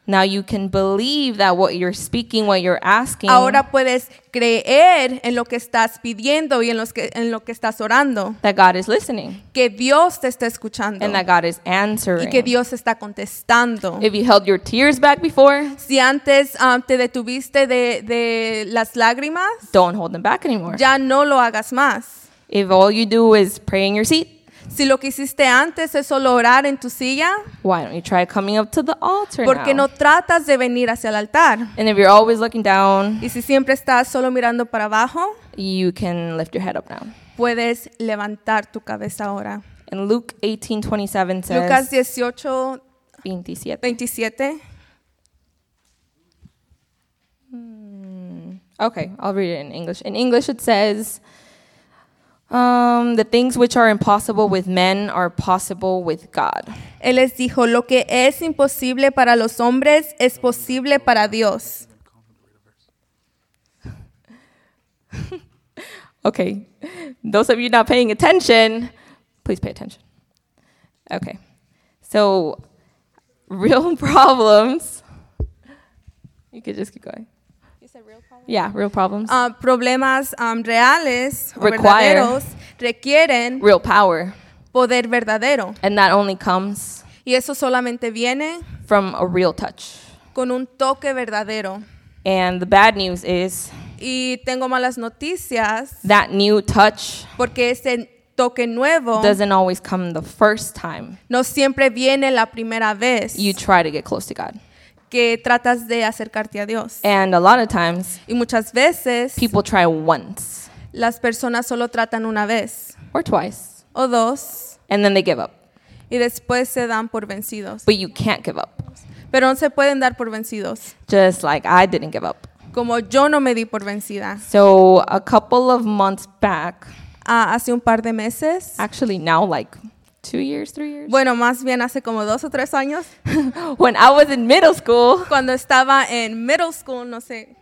[SPEAKER 1] now you can believe that what you're speaking, what you're asking,
[SPEAKER 2] ahora puedes creer en lo que estás pidiendo y en, los que, en lo que estás orando.
[SPEAKER 1] that God is listening
[SPEAKER 2] Que Dios te está escuchando
[SPEAKER 1] and that God is
[SPEAKER 2] y
[SPEAKER 1] answering.
[SPEAKER 2] que Dios está contestando.
[SPEAKER 1] if you held your tears back before,
[SPEAKER 2] Si antes um, te detuviste de, de las lágrimas,
[SPEAKER 1] don't hold them back anymore.
[SPEAKER 2] ya no lo hagas más.
[SPEAKER 1] If all you do is pray in your seat,
[SPEAKER 2] Si lo que hiciste antes es solo orar en tu silla,
[SPEAKER 1] why don't you try coming up to the altar
[SPEAKER 2] porque
[SPEAKER 1] now?
[SPEAKER 2] no tratas de venir hacia el altar.
[SPEAKER 1] and if you're always looking down,
[SPEAKER 2] Y si siempre estás solo mirando para abajo,
[SPEAKER 1] you can lift your head up now.
[SPEAKER 2] puedes levantar tu cabeza ahora.
[SPEAKER 1] And Luke 18:27 says,
[SPEAKER 2] Lucas 18,
[SPEAKER 1] 27.
[SPEAKER 2] 27.
[SPEAKER 1] Okay, I'll read it in English. In English, it says, um, The things which are impossible with men are possible with God.
[SPEAKER 2] Él les dijo, lo que es imposible para los hombres es posible para Dios.
[SPEAKER 1] Okay, those of you not paying attention, please pay attention. Okay, so real problems. You could just keep going. Yeah, real problems.
[SPEAKER 2] Ah, problemas um, reales o
[SPEAKER 1] Require.
[SPEAKER 2] verdaderos requieren
[SPEAKER 1] real power.
[SPEAKER 2] poder verdadero.
[SPEAKER 1] And that only comes
[SPEAKER 2] Y eso solamente viene
[SPEAKER 1] from a real touch.
[SPEAKER 2] con un toque verdadero.
[SPEAKER 1] And the bad news is
[SPEAKER 2] Y tengo malas noticias
[SPEAKER 1] that new touch
[SPEAKER 2] porque ese toque nuevo
[SPEAKER 1] doesn't always come the first time
[SPEAKER 2] no siempre viene la primera vez
[SPEAKER 1] you try to get close to God.
[SPEAKER 2] que tratas de acercarte a Dios.
[SPEAKER 1] And a lot of times,
[SPEAKER 2] Y muchas veces
[SPEAKER 1] people try once
[SPEAKER 2] las personas solo tratan una vez
[SPEAKER 1] or twice,
[SPEAKER 2] o dos
[SPEAKER 1] and then they give up.
[SPEAKER 2] y después se dan por vencidos.
[SPEAKER 1] But you can't give up.
[SPEAKER 2] Pero no se pueden dar por vencidos,
[SPEAKER 1] Just like I didn't give up.
[SPEAKER 2] como yo no me di por vencida.
[SPEAKER 1] So, a couple of months back,
[SPEAKER 2] Ah, hace un par de meses,
[SPEAKER 1] actually now like two years, three years,
[SPEAKER 2] bueno, más bien hace como dos o tres años,
[SPEAKER 1] when I was in middle school,
[SPEAKER 2] cuando estaba en middle school, no sé,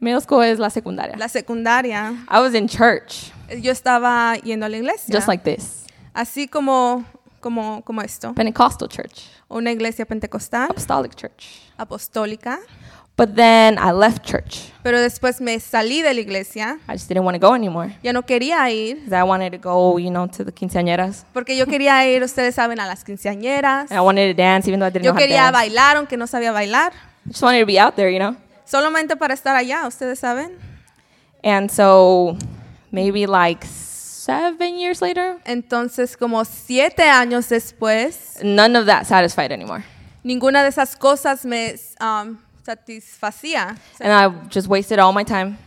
[SPEAKER 1] middle school is la secundaria.
[SPEAKER 2] la secundaria,
[SPEAKER 1] I was in church,
[SPEAKER 2] yo estaba yendo a la iglesia,
[SPEAKER 1] just like this
[SPEAKER 2] así como, como, como esto,
[SPEAKER 1] Pentecostal church,
[SPEAKER 2] una iglesia pentecostal,
[SPEAKER 1] apostolic church.
[SPEAKER 2] apostólica,
[SPEAKER 1] But then I left church.
[SPEAKER 2] pero después me salí de la iglesia,
[SPEAKER 1] I just didn't want to go anymore
[SPEAKER 2] ya no quería ir,
[SPEAKER 1] because I wanted to go, you know, to the quinceañeras.
[SPEAKER 2] porque yo quería ir, ustedes saben, a las quinceañeras,
[SPEAKER 1] And I wanted to dance, even though I didn't
[SPEAKER 2] yo
[SPEAKER 1] know how to
[SPEAKER 2] quería
[SPEAKER 1] dance. I
[SPEAKER 2] bailar, aunque no sabía bailar,
[SPEAKER 1] just wanted to be out there, you know.
[SPEAKER 2] solamente para estar allá, ustedes saben.
[SPEAKER 1] And so, maybe like seven years later,
[SPEAKER 2] Entonces, como siete años después,
[SPEAKER 1] none of that satisfied anymore.
[SPEAKER 2] ninguna de esas cosas me um, satisfacía.
[SPEAKER 1] And I just wasted all my time,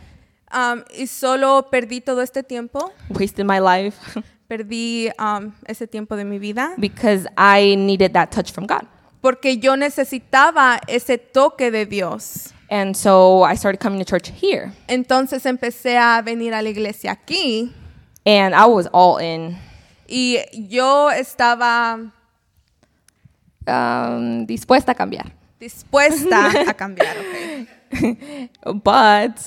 [SPEAKER 2] Um, y solo perdí todo este tiempo,
[SPEAKER 1] wasted my life
[SPEAKER 2] perdí um, ese tiempo de mi vida,
[SPEAKER 1] because I needed that touch from God.
[SPEAKER 2] porque yo necesitaba ese toque de Dios.
[SPEAKER 1] And so I started coming to church here,
[SPEAKER 2] Entonces empecé a venir a la iglesia aquí
[SPEAKER 1] and I was all in.
[SPEAKER 2] y yo estaba
[SPEAKER 1] Um, dispuesta a cambiar.
[SPEAKER 2] dispuesta a cambiar. ok.
[SPEAKER 1] But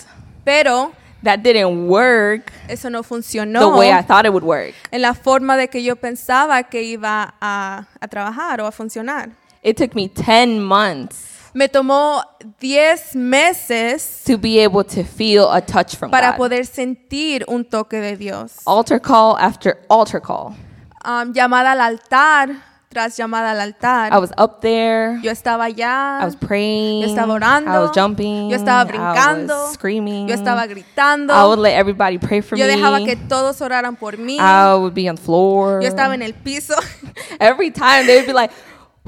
[SPEAKER 2] Pero
[SPEAKER 1] that didn't work
[SPEAKER 2] eso no
[SPEAKER 1] the
[SPEAKER 2] funcionó
[SPEAKER 1] way I thought it would work.
[SPEAKER 2] en la forma de que yo pensaba que iba a- a trabajar o a funcionar.
[SPEAKER 1] It took me 10 months
[SPEAKER 2] Me tomó 10 meses
[SPEAKER 1] to be able to feel a touch from
[SPEAKER 2] para
[SPEAKER 1] God.
[SPEAKER 2] poder sentir un toque de Dios.
[SPEAKER 1] Altar call after altar call.
[SPEAKER 2] Um, llamada al altar, tras llamada al altar.
[SPEAKER 1] I was up there.
[SPEAKER 2] yo estaba
[SPEAKER 1] I
[SPEAKER 2] allá,
[SPEAKER 1] was praying.
[SPEAKER 2] yo estaba orando,
[SPEAKER 1] I was jumping.
[SPEAKER 2] yo estaba
[SPEAKER 1] I
[SPEAKER 2] brincando,
[SPEAKER 1] was screaming.
[SPEAKER 2] yo estaba
[SPEAKER 1] I would
[SPEAKER 2] gritando,
[SPEAKER 1] let everybody pray for
[SPEAKER 2] yo
[SPEAKER 1] me.
[SPEAKER 2] dejaba que todos oraran por mí,
[SPEAKER 1] I would be on the floor.
[SPEAKER 2] yo estaba en el piso.
[SPEAKER 1] Every time they would be like,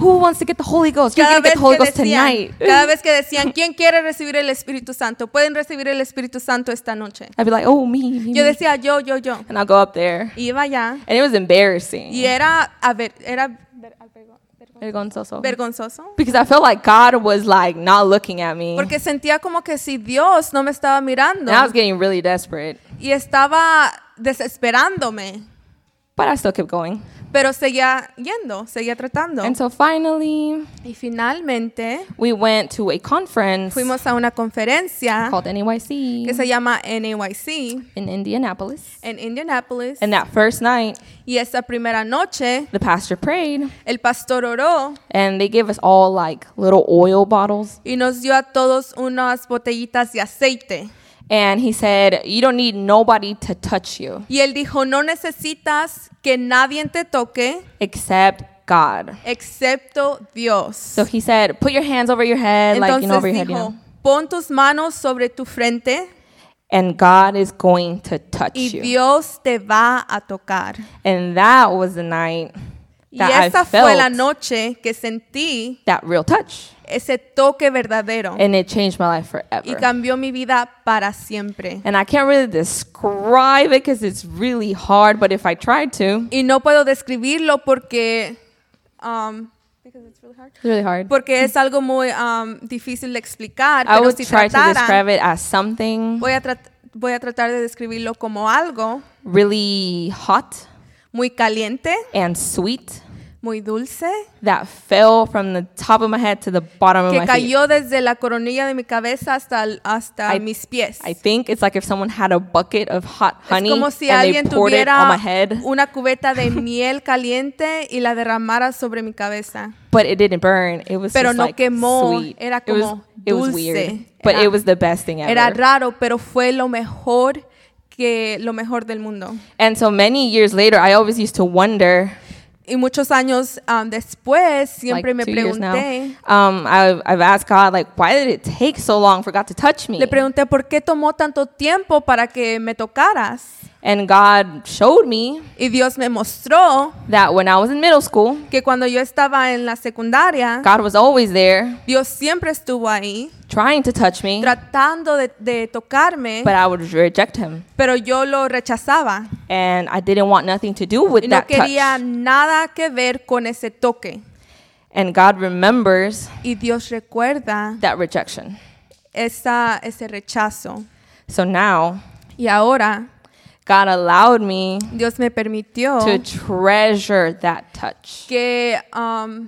[SPEAKER 1] Who wants to get the Holy Ghost? You're going
[SPEAKER 2] Cada
[SPEAKER 1] to
[SPEAKER 2] vez,
[SPEAKER 1] get the Holy
[SPEAKER 2] que
[SPEAKER 1] Ghost
[SPEAKER 2] decían,
[SPEAKER 1] tonight.
[SPEAKER 2] cada vez que decían, ¿quién quiere recibir el Espíritu Santo? Pueden recibir el Espíritu Santo esta noche.
[SPEAKER 1] I'd be like, oh, me, me, me.
[SPEAKER 2] Yo decía, yo, yo, yo.
[SPEAKER 1] And I'll go up there.
[SPEAKER 2] Iba allá
[SPEAKER 1] And it was embarrassing.
[SPEAKER 2] y era, a ver, era ver- albergo- vergon-
[SPEAKER 1] Vergonzoso.
[SPEAKER 2] vergonzoso.
[SPEAKER 1] Because I felt like God was like not looking at me.
[SPEAKER 2] Porque sentía como que si Dios no me estaba mirando
[SPEAKER 1] And I was getting really desperate.
[SPEAKER 2] y estaba desesperándome,
[SPEAKER 1] But I still kept going.
[SPEAKER 2] pero seguía yendo, seguía tratando.
[SPEAKER 1] And so finally,
[SPEAKER 2] Y finalmente
[SPEAKER 1] we went to a conference
[SPEAKER 2] fuimos a una conferencia
[SPEAKER 1] called NAYC
[SPEAKER 2] que se llama NAYC
[SPEAKER 1] in Indianapolis.
[SPEAKER 2] en Indianapolis.
[SPEAKER 1] And that first night,
[SPEAKER 2] Y esa primera noche
[SPEAKER 1] the pastor prayed
[SPEAKER 2] el pastor oró
[SPEAKER 1] and they gave us all like little oil bottles.
[SPEAKER 2] y nos dio a todos unas botellitas de aceite.
[SPEAKER 1] And he said, You don't need nobody to touch you
[SPEAKER 2] Y él dijo, no necesitas que nadie te toque
[SPEAKER 1] except God.
[SPEAKER 2] excepto Dios.
[SPEAKER 1] So he said, Put your hands over your head, like, you know,
[SPEAKER 2] Entonces
[SPEAKER 1] over your head, you
[SPEAKER 2] dijo,
[SPEAKER 1] know.
[SPEAKER 2] pon tus manos sobre tu frente
[SPEAKER 1] And God is going to touch
[SPEAKER 2] y
[SPEAKER 1] you.
[SPEAKER 2] Dios te va a tocar.
[SPEAKER 1] And that was the night
[SPEAKER 2] Y
[SPEAKER 1] that I
[SPEAKER 2] esa fue la
[SPEAKER 1] felt
[SPEAKER 2] noche que sentí
[SPEAKER 1] that real touch.
[SPEAKER 2] ese toque verdadero
[SPEAKER 1] And it changed my life
[SPEAKER 2] y
[SPEAKER 1] forever.
[SPEAKER 2] cambió mi vida para siempre.
[SPEAKER 1] And I can't really describe it because it's really hard, but if I tried to,
[SPEAKER 2] Y no puedo describirlo porque... um, because it's really hard.
[SPEAKER 1] it's really hard.
[SPEAKER 2] porque es algo muy um, difícil de explicar.
[SPEAKER 1] I
[SPEAKER 2] Pero
[SPEAKER 1] would
[SPEAKER 2] si
[SPEAKER 1] try to describe
[SPEAKER 2] tratara,
[SPEAKER 1] it as something
[SPEAKER 2] voy a, trat- voy a tratar de describirlo como algo
[SPEAKER 1] really hot
[SPEAKER 2] muy caliente,
[SPEAKER 1] and sweet
[SPEAKER 2] muy dulce,
[SPEAKER 1] that fell from the top of my head to the bottom of
[SPEAKER 2] que
[SPEAKER 1] my feet.
[SPEAKER 2] cayó desde la coronilla de mi cabeza hasta, el- hasta
[SPEAKER 1] I-
[SPEAKER 2] mis pies.
[SPEAKER 1] I think it's like if someone had a bucket of hot honey
[SPEAKER 2] es como si
[SPEAKER 1] and they
[SPEAKER 2] alguien
[SPEAKER 1] poured it on my
[SPEAKER 2] tuviera
[SPEAKER 1] head,
[SPEAKER 2] una cubeta de miel caliente y la derramara sobre mi cabeza.
[SPEAKER 1] but it didn't burn. It was
[SPEAKER 2] Pero
[SPEAKER 1] just
[SPEAKER 2] no
[SPEAKER 1] like
[SPEAKER 2] quemó,
[SPEAKER 1] sweet.
[SPEAKER 2] era
[SPEAKER 1] it was,
[SPEAKER 2] como
[SPEAKER 1] it was
[SPEAKER 2] dulce,
[SPEAKER 1] weird, but
[SPEAKER 2] era-
[SPEAKER 1] it was the best thing ever.
[SPEAKER 2] Era raro, pero fue lo mejor que lo mejor del mundo.
[SPEAKER 1] And so many years later, I always used to wonder,
[SPEAKER 2] Y muchos años um, después siempre
[SPEAKER 1] like
[SPEAKER 2] me
[SPEAKER 1] two years now,
[SPEAKER 2] pregunté,
[SPEAKER 1] um, I've, I've asked God, like, why did it take so long for God to touch me?
[SPEAKER 2] Le pregunté por qué tomó tanto tiempo para que me tocaras.
[SPEAKER 1] And God showed me
[SPEAKER 2] Y Dios me mostró
[SPEAKER 1] that when I was in middle school,
[SPEAKER 2] que cuando yo estaba en la secundaria,
[SPEAKER 1] God was always there
[SPEAKER 2] Dios siempre estuvo ahí
[SPEAKER 1] trying to touch me,
[SPEAKER 2] tratando de, de tocarme,
[SPEAKER 1] but I would reject him.
[SPEAKER 2] pero yo lo rechazaba.
[SPEAKER 1] And I didn't want nothing to do
[SPEAKER 2] Y
[SPEAKER 1] with
[SPEAKER 2] no
[SPEAKER 1] that
[SPEAKER 2] quería
[SPEAKER 1] touch.
[SPEAKER 2] nada que ver con ese toque.
[SPEAKER 1] And God remembers
[SPEAKER 2] Y Dios recuerda
[SPEAKER 1] that rejection.
[SPEAKER 2] esa, ese rechazo.
[SPEAKER 1] So now,
[SPEAKER 2] Y ahora
[SPEAKER 1] God allowed me
[SPEAKER 2] Dios me permitió
[SPEAKER 1] to treasure that touch.
[SPEAKER 2] que, um,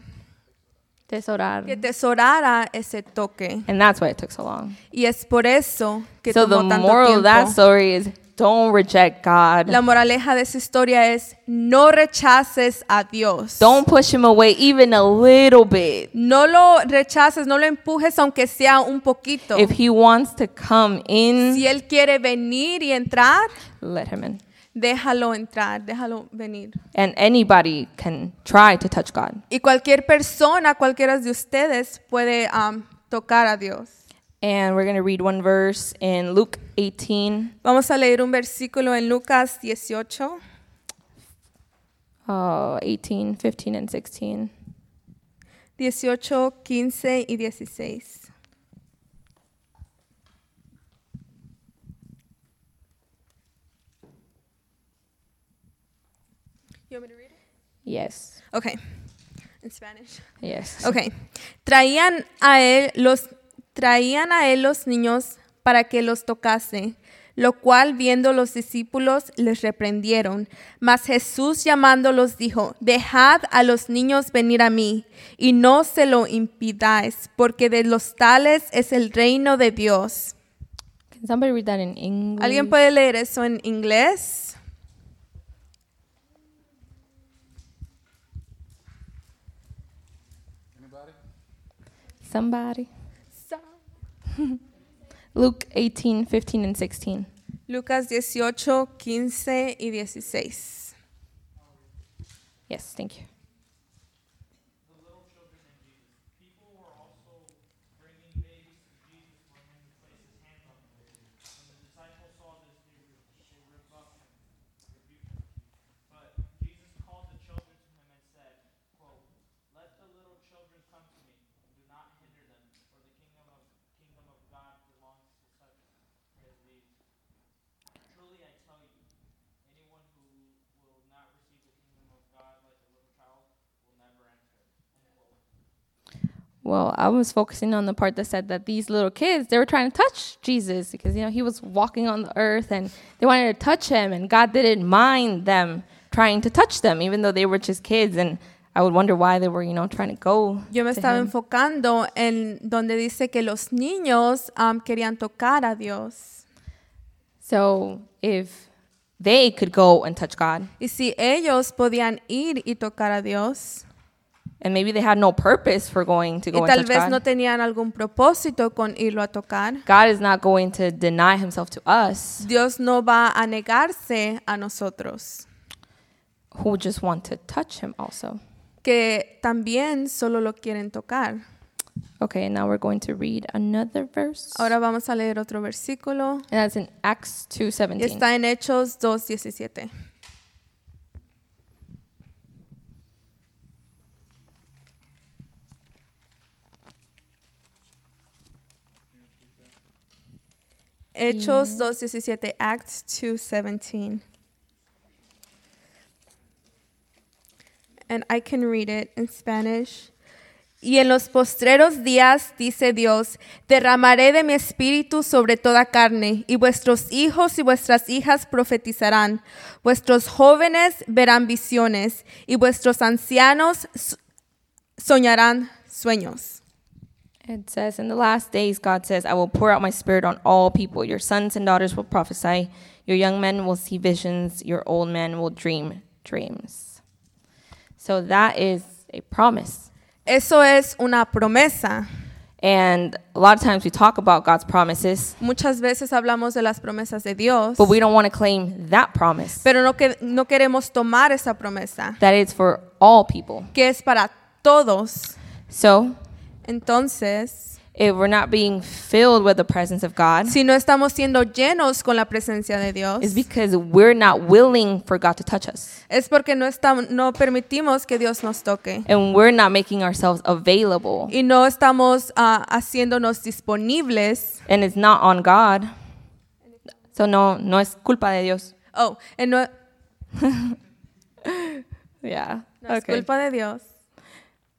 [SPEAKER 2] que
[SPEAKER 1] Tesorar.
[SPEAKER 2] tesorara ese toque.
[SPEAKER 1] And that's why it took so long.
[SPEAKER 2] Y es por eso que
[SPEAKER 1] So the
[SPEAKER 2] tomó tanto
[SPEAKER 1] moral of that
[SPEAKER 2] tiempo.
[SPEAKER 1] story is don't reject God.
[SPEAKER 2] La moraleja de esa historia es no rechaces a Dios.
[SPEAKER 1] Don't push him away even a little bit.
[SPEAKER 2] No lo rechaces, no lo empujes aunque sea un poquito.
[SPEAKER 1] If he wants to come in,
[SPEAKER 2] si él quiere venir y entrar,
[SPEAKER 1] let him in.
[SPEAKER 2] déjalo entrar, déjalo venir.
[SPEAKER 1] And anybody can try to touch God.
[SPEAKER 2] Y cualquier persona, cualquiera de ustedes puede um, tocar a Dios.
[SPEAKER 1] And we're going to read one verse in Luke 18,
[SPEAKER 2] Vamos a leer un versículo en Lucas 18,
[SPEAKER 1] uh, 18, 15, and 16.
[SPEAKER 2] 18, 15 y 16. You want me to read it?
[SPEAKER 1] Yes.
[SPEAKER 2] Okay. In Spanish.
[SPEAKER 1] Yes.
[SPEAKER 2] Okay. Traían a él los traían a él los niños para que los tocase, lo cual viendo los discípulos les reprendieron. Mas Jesús llamándolos dijo: Dejad a los niños venir a mí, y no se lo impidáis, porque de los tales es el reino de Dios.
[SPEAKER 1] Can somebody read that in English?
[SPEAKER 2] ¿Alguien puede leer eso en inglés?
[SPEAKER 1] Somebody. Luke 18, 15, and 16.
[SPEAKER 2] Lucas 18, 15 y 16.
[SPEAKER 1] Yes, thank you.
[SPEAKER 3] But Jesus called the children to him and said, quote, Let the little children
[SPEAKER 1] Well, I was focusing on the part that said that these little kids, they were trying to touch Jesus because, you know, he was walking on the earth and they wanted to touch him, and God didn't mind them trying to touch them, even though they were just kids. And I would wonder why they were, you know, trying to go.
[SPEAKER 2] Yo me
[SPEAKER 1] to
[SPEAKER 2] estaba
[SPEAKER 1] him.
[SPEAKER 2] enfocando en donde dice que los niños um, querían tocar a Dios.
[SPEAKER 1] So if they could go and touch God,
[SPEAKER 2] Y si ellos podían ir y tocar a Dios,
[SPEAKER 1] and maybe they had no purpose for going to
[SPEAKER 2] y
[SPEAKER 1] go
[SPEAKER 2] tal
[SPEAKER 1] and touch
[SPEAKER 2] vez
[SPEAKER 1] God,
[SPEAKER 2] no tenían algún propósito con irlo a tocar,
[SPEAKER 1] God is not going to deny himself to us
[SPEAKER 2] Dios no va a negarse a nosotros,
[SPEAKER 1] who just want to touch him also.
[SPEAKER 2] que también solo lo quieren tocar.
[SPEAKER 1] Okay, and now we're going to read another verse.
[SPEAKER 2] Ahora vamos a leer otro versículo.
[SPEAKER 1] And that's in Acts
[SPEAKER 2] Y
[SPEAKER 1] 2:17.
[SPEAKER 2] Está en Hechos 2.17. Hechos 2.17, Acts 2.17. And I can read it in Spanish. Y en los postreros días, dice Dios, derramaré de mi espíritu sobre toda carne, y vuestros hijos y vuestras hijas profetizarán, vuestros jóvenes verán visiones, y vuestros ancianos so- soñarán sueños.
[SPEAKER 1] It says, In the last days, God says, I will pour out my spirit on all people. Your sons and daughters will prophesy. Your young men will see visions. Your old men will dream dreams. So that is a promise.
[SPEAKER 2] Eso es una promesa.
[SPEAKER 1] And a lot of times we talk about God's promises,
[SPEAKER 2] Muchas veces hablamos de las promesas de Dios,
[SPEAKER 1] but we don't want to claim that promise
[SPEAKER 2] pero no, que, no queremos tomar esa promesa,
[SPEAKER 1] that it's for all people.
[SPEAKER 2] que es para todos.
[SPEAKER 1] So
[SPEAKER 2] Entonces,
[SPEAKER 1] if we're not being filled with the presence of God,
[SPEAKER 2] si no estamos siendo llenos con la presencia de Dios,
[SPEAKER 1] it's because we're not willing for God to touch us.
[SPEAKER 2] es porque no, estamos, no permitimos que Dios nos toque
[SPEAKER 1] and we're not making ourselves available
[SPEAKER 2] y no estamos ah, haciéndonos disponibles.
[SPEAKER 1] and it's not on God. So no no es culpa de Dios.
[SPEAKER 2] Oh, eh, no,
[SPEAKER 1] Yeah.
[SPEAKER 2] no es culpa de Dios.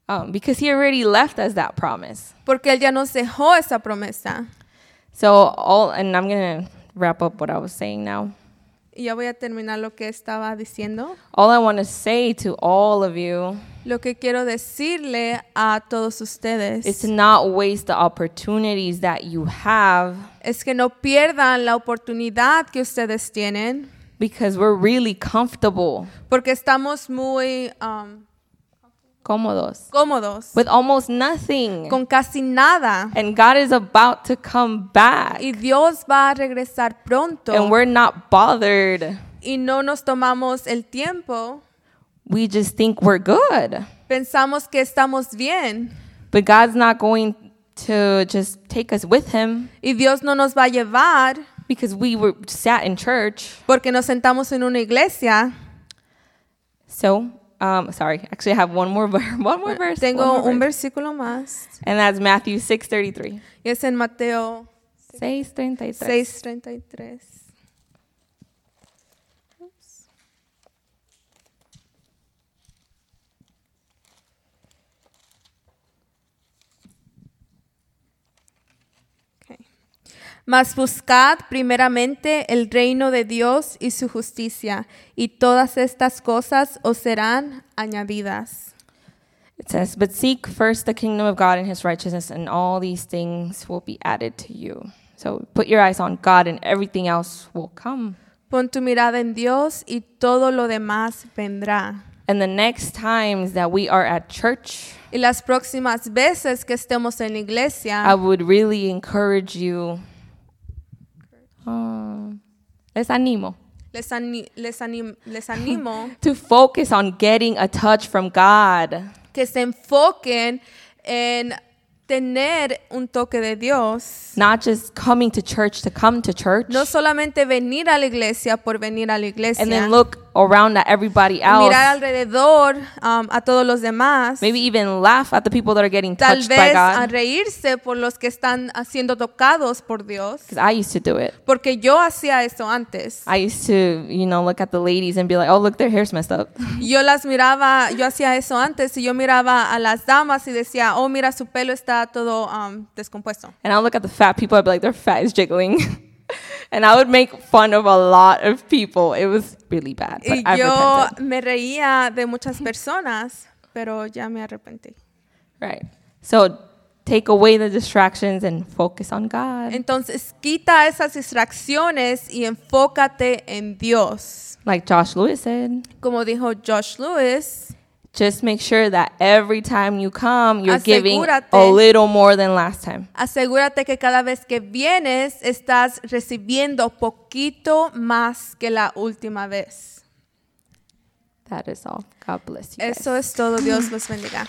[SPEAKER 1] Um, because he already left us that promise.
[SPEAKER 2] Porque Él ya nos dejó esa promesa.
[SPEAKER 1] So all and I'm going to wrap up what I was saying now.
[SPEAKER 2] Y ya voy a terminar lo que estaba diciendo.
[SPEAKER 1] All I want to say to all of you
[SPEAKER 2] Lo que quiero decirle a todos ustedes
[SPEAKER 1] is to not waste the opportunities that you have
[SPEAKER 2] es que no pierdan la oportunidad que ustedes tienen
[SPEAKER 1] because we're really comfortable,
[SPEAKER 2] porque estamos muy um,
[SPEAKER 1] cómodos,
[SPEAKER 2] cómodos
[SPEAKER 1] with almost nothing.
[SPEAKER 2] con casi nada.
[SPEAKER 1] And God is about to come back
[SPEAKER 2] Y Dios va a regresar pronto.
[SPEAKER 1] and we're not bothered.
[SPEAKER 2] y no nos tomamos el tiempo,
[SPEAKER 1] we just think we're good.
[SPEAKER 2] pensamos que estamos bien
[SPEAKER 1] But God's not going to just take us with him
[SPEAKER 2] y Dios no nos va a llevar
[SPEAKER 1] because we were sat in church.
[SPEAKER 2] porque nos sentamos en una iglesia.
[SPEAKER 1] So, um, sorry, actually I have one more ver- one more verse. one
[SPEAKER 2] Tengo
[SPEAKER 1] more
[SPEAKER 2] un
[SPEAKER 1] verse.
[SPEAKER 2] versículo más
[SPEAKER 1] And that's Matthew 6:33.
[SPEAKER 2] y es en Mateo
[SPEAKER 1] 6:33.
[SPEAKER 2] 6:33. Ok. Mas buscad primeramente el reino de Dios y su justicia, y todas estas cosas os serán añadidas.
[SPEAKER 1] It says, "But seek first the kingdom of God and his righteousness, and all these things will be added to you." So, put your eyes on God and everything else will come.
[SPEAKER 2] Pon tu mirada en Dios y todo lo demás vendrá.
[SPEAKER 1] And the next times that we are at church,
[SPEAKER 2] Y las próximas veces que estemos en la
[SPEAKER 1] I
[SPEAKER 2] iglesia,
[SPEAKER 1] would really encourage you. Um, les animo
[SPEAKER 2] les, ani- les, anim- les animo
[SPEAKER 1] to focus on getting a touch from God
[SPEAKER 2] que se enfoquen en tener un toque de Dios.
[SPEAKER 1] not just coming to church to come to church
[SPEAKER 2] No solamente venir a la iglesia por venir a
[SPEAKER 1] and
[SPEAKER 2] la iglesia
[SPEAKER 1] then look around at everybody else,
[SPEAKER 2] mirar alrededor um, a todos los demás,
[SPEAKER 1] maybe even laugh at the people that are getting
[SPEAKER 2] tal
[SPEAKER 1] touched by
[SPEAKER 2] vez a
[SPEAKER 1] God.
[SPEAKER 2] reírse por los que están ah, siendo tocados por Dios,
[SPEAKER 1] 'Cause I used to do it.
[SPEAKER 2] porque yo hacía eso antes.
[SPEAKER 1] I used to, you know, look at the ladies and be like, oh, look, their hair's messed up.
[SPEAKER 2] Yo las miraba, yo hacía eso antes y yo miraba a las damas y decía, oh, mira, su pelo está todo um, descompuesto.
[SPEAKER 1] And I'll look at the fat people, I'd be like, their fat is jiggling. and I would make fun of a lot of people. It was really bad. But
[SPEAKER 2] Y
[SPEAKER 1] I
[SPEAKER 2] yo
[SPEAKER 1] repented.
[SPEAKER 2] me reía de muchas personas, pero ya me arrepentí.
[SPEAKER 1] Right. So take away the distractions and focus on God.
[SPEAKER 2] Entonces, quita esas distracciones y enfócate en Dios.
[SPEAKER 1] like Josh Lewis said,
[SPEAKER 2] Como dijo Josh Lewis,
[SPEAKER 1] just make sure that every time you come, you're giving a
[SPEAKER 2] Asegúrate.
[SPEAKER 1] little more than last time.
[SPEAKER 2] asegúrate que cada vez que vienes estás recibiendo poquito más que la última vez.
[SPEAKER 1] That is all. God bless you. guys.
[SPEAKER 2] Eso es todo. Dios los bendiga.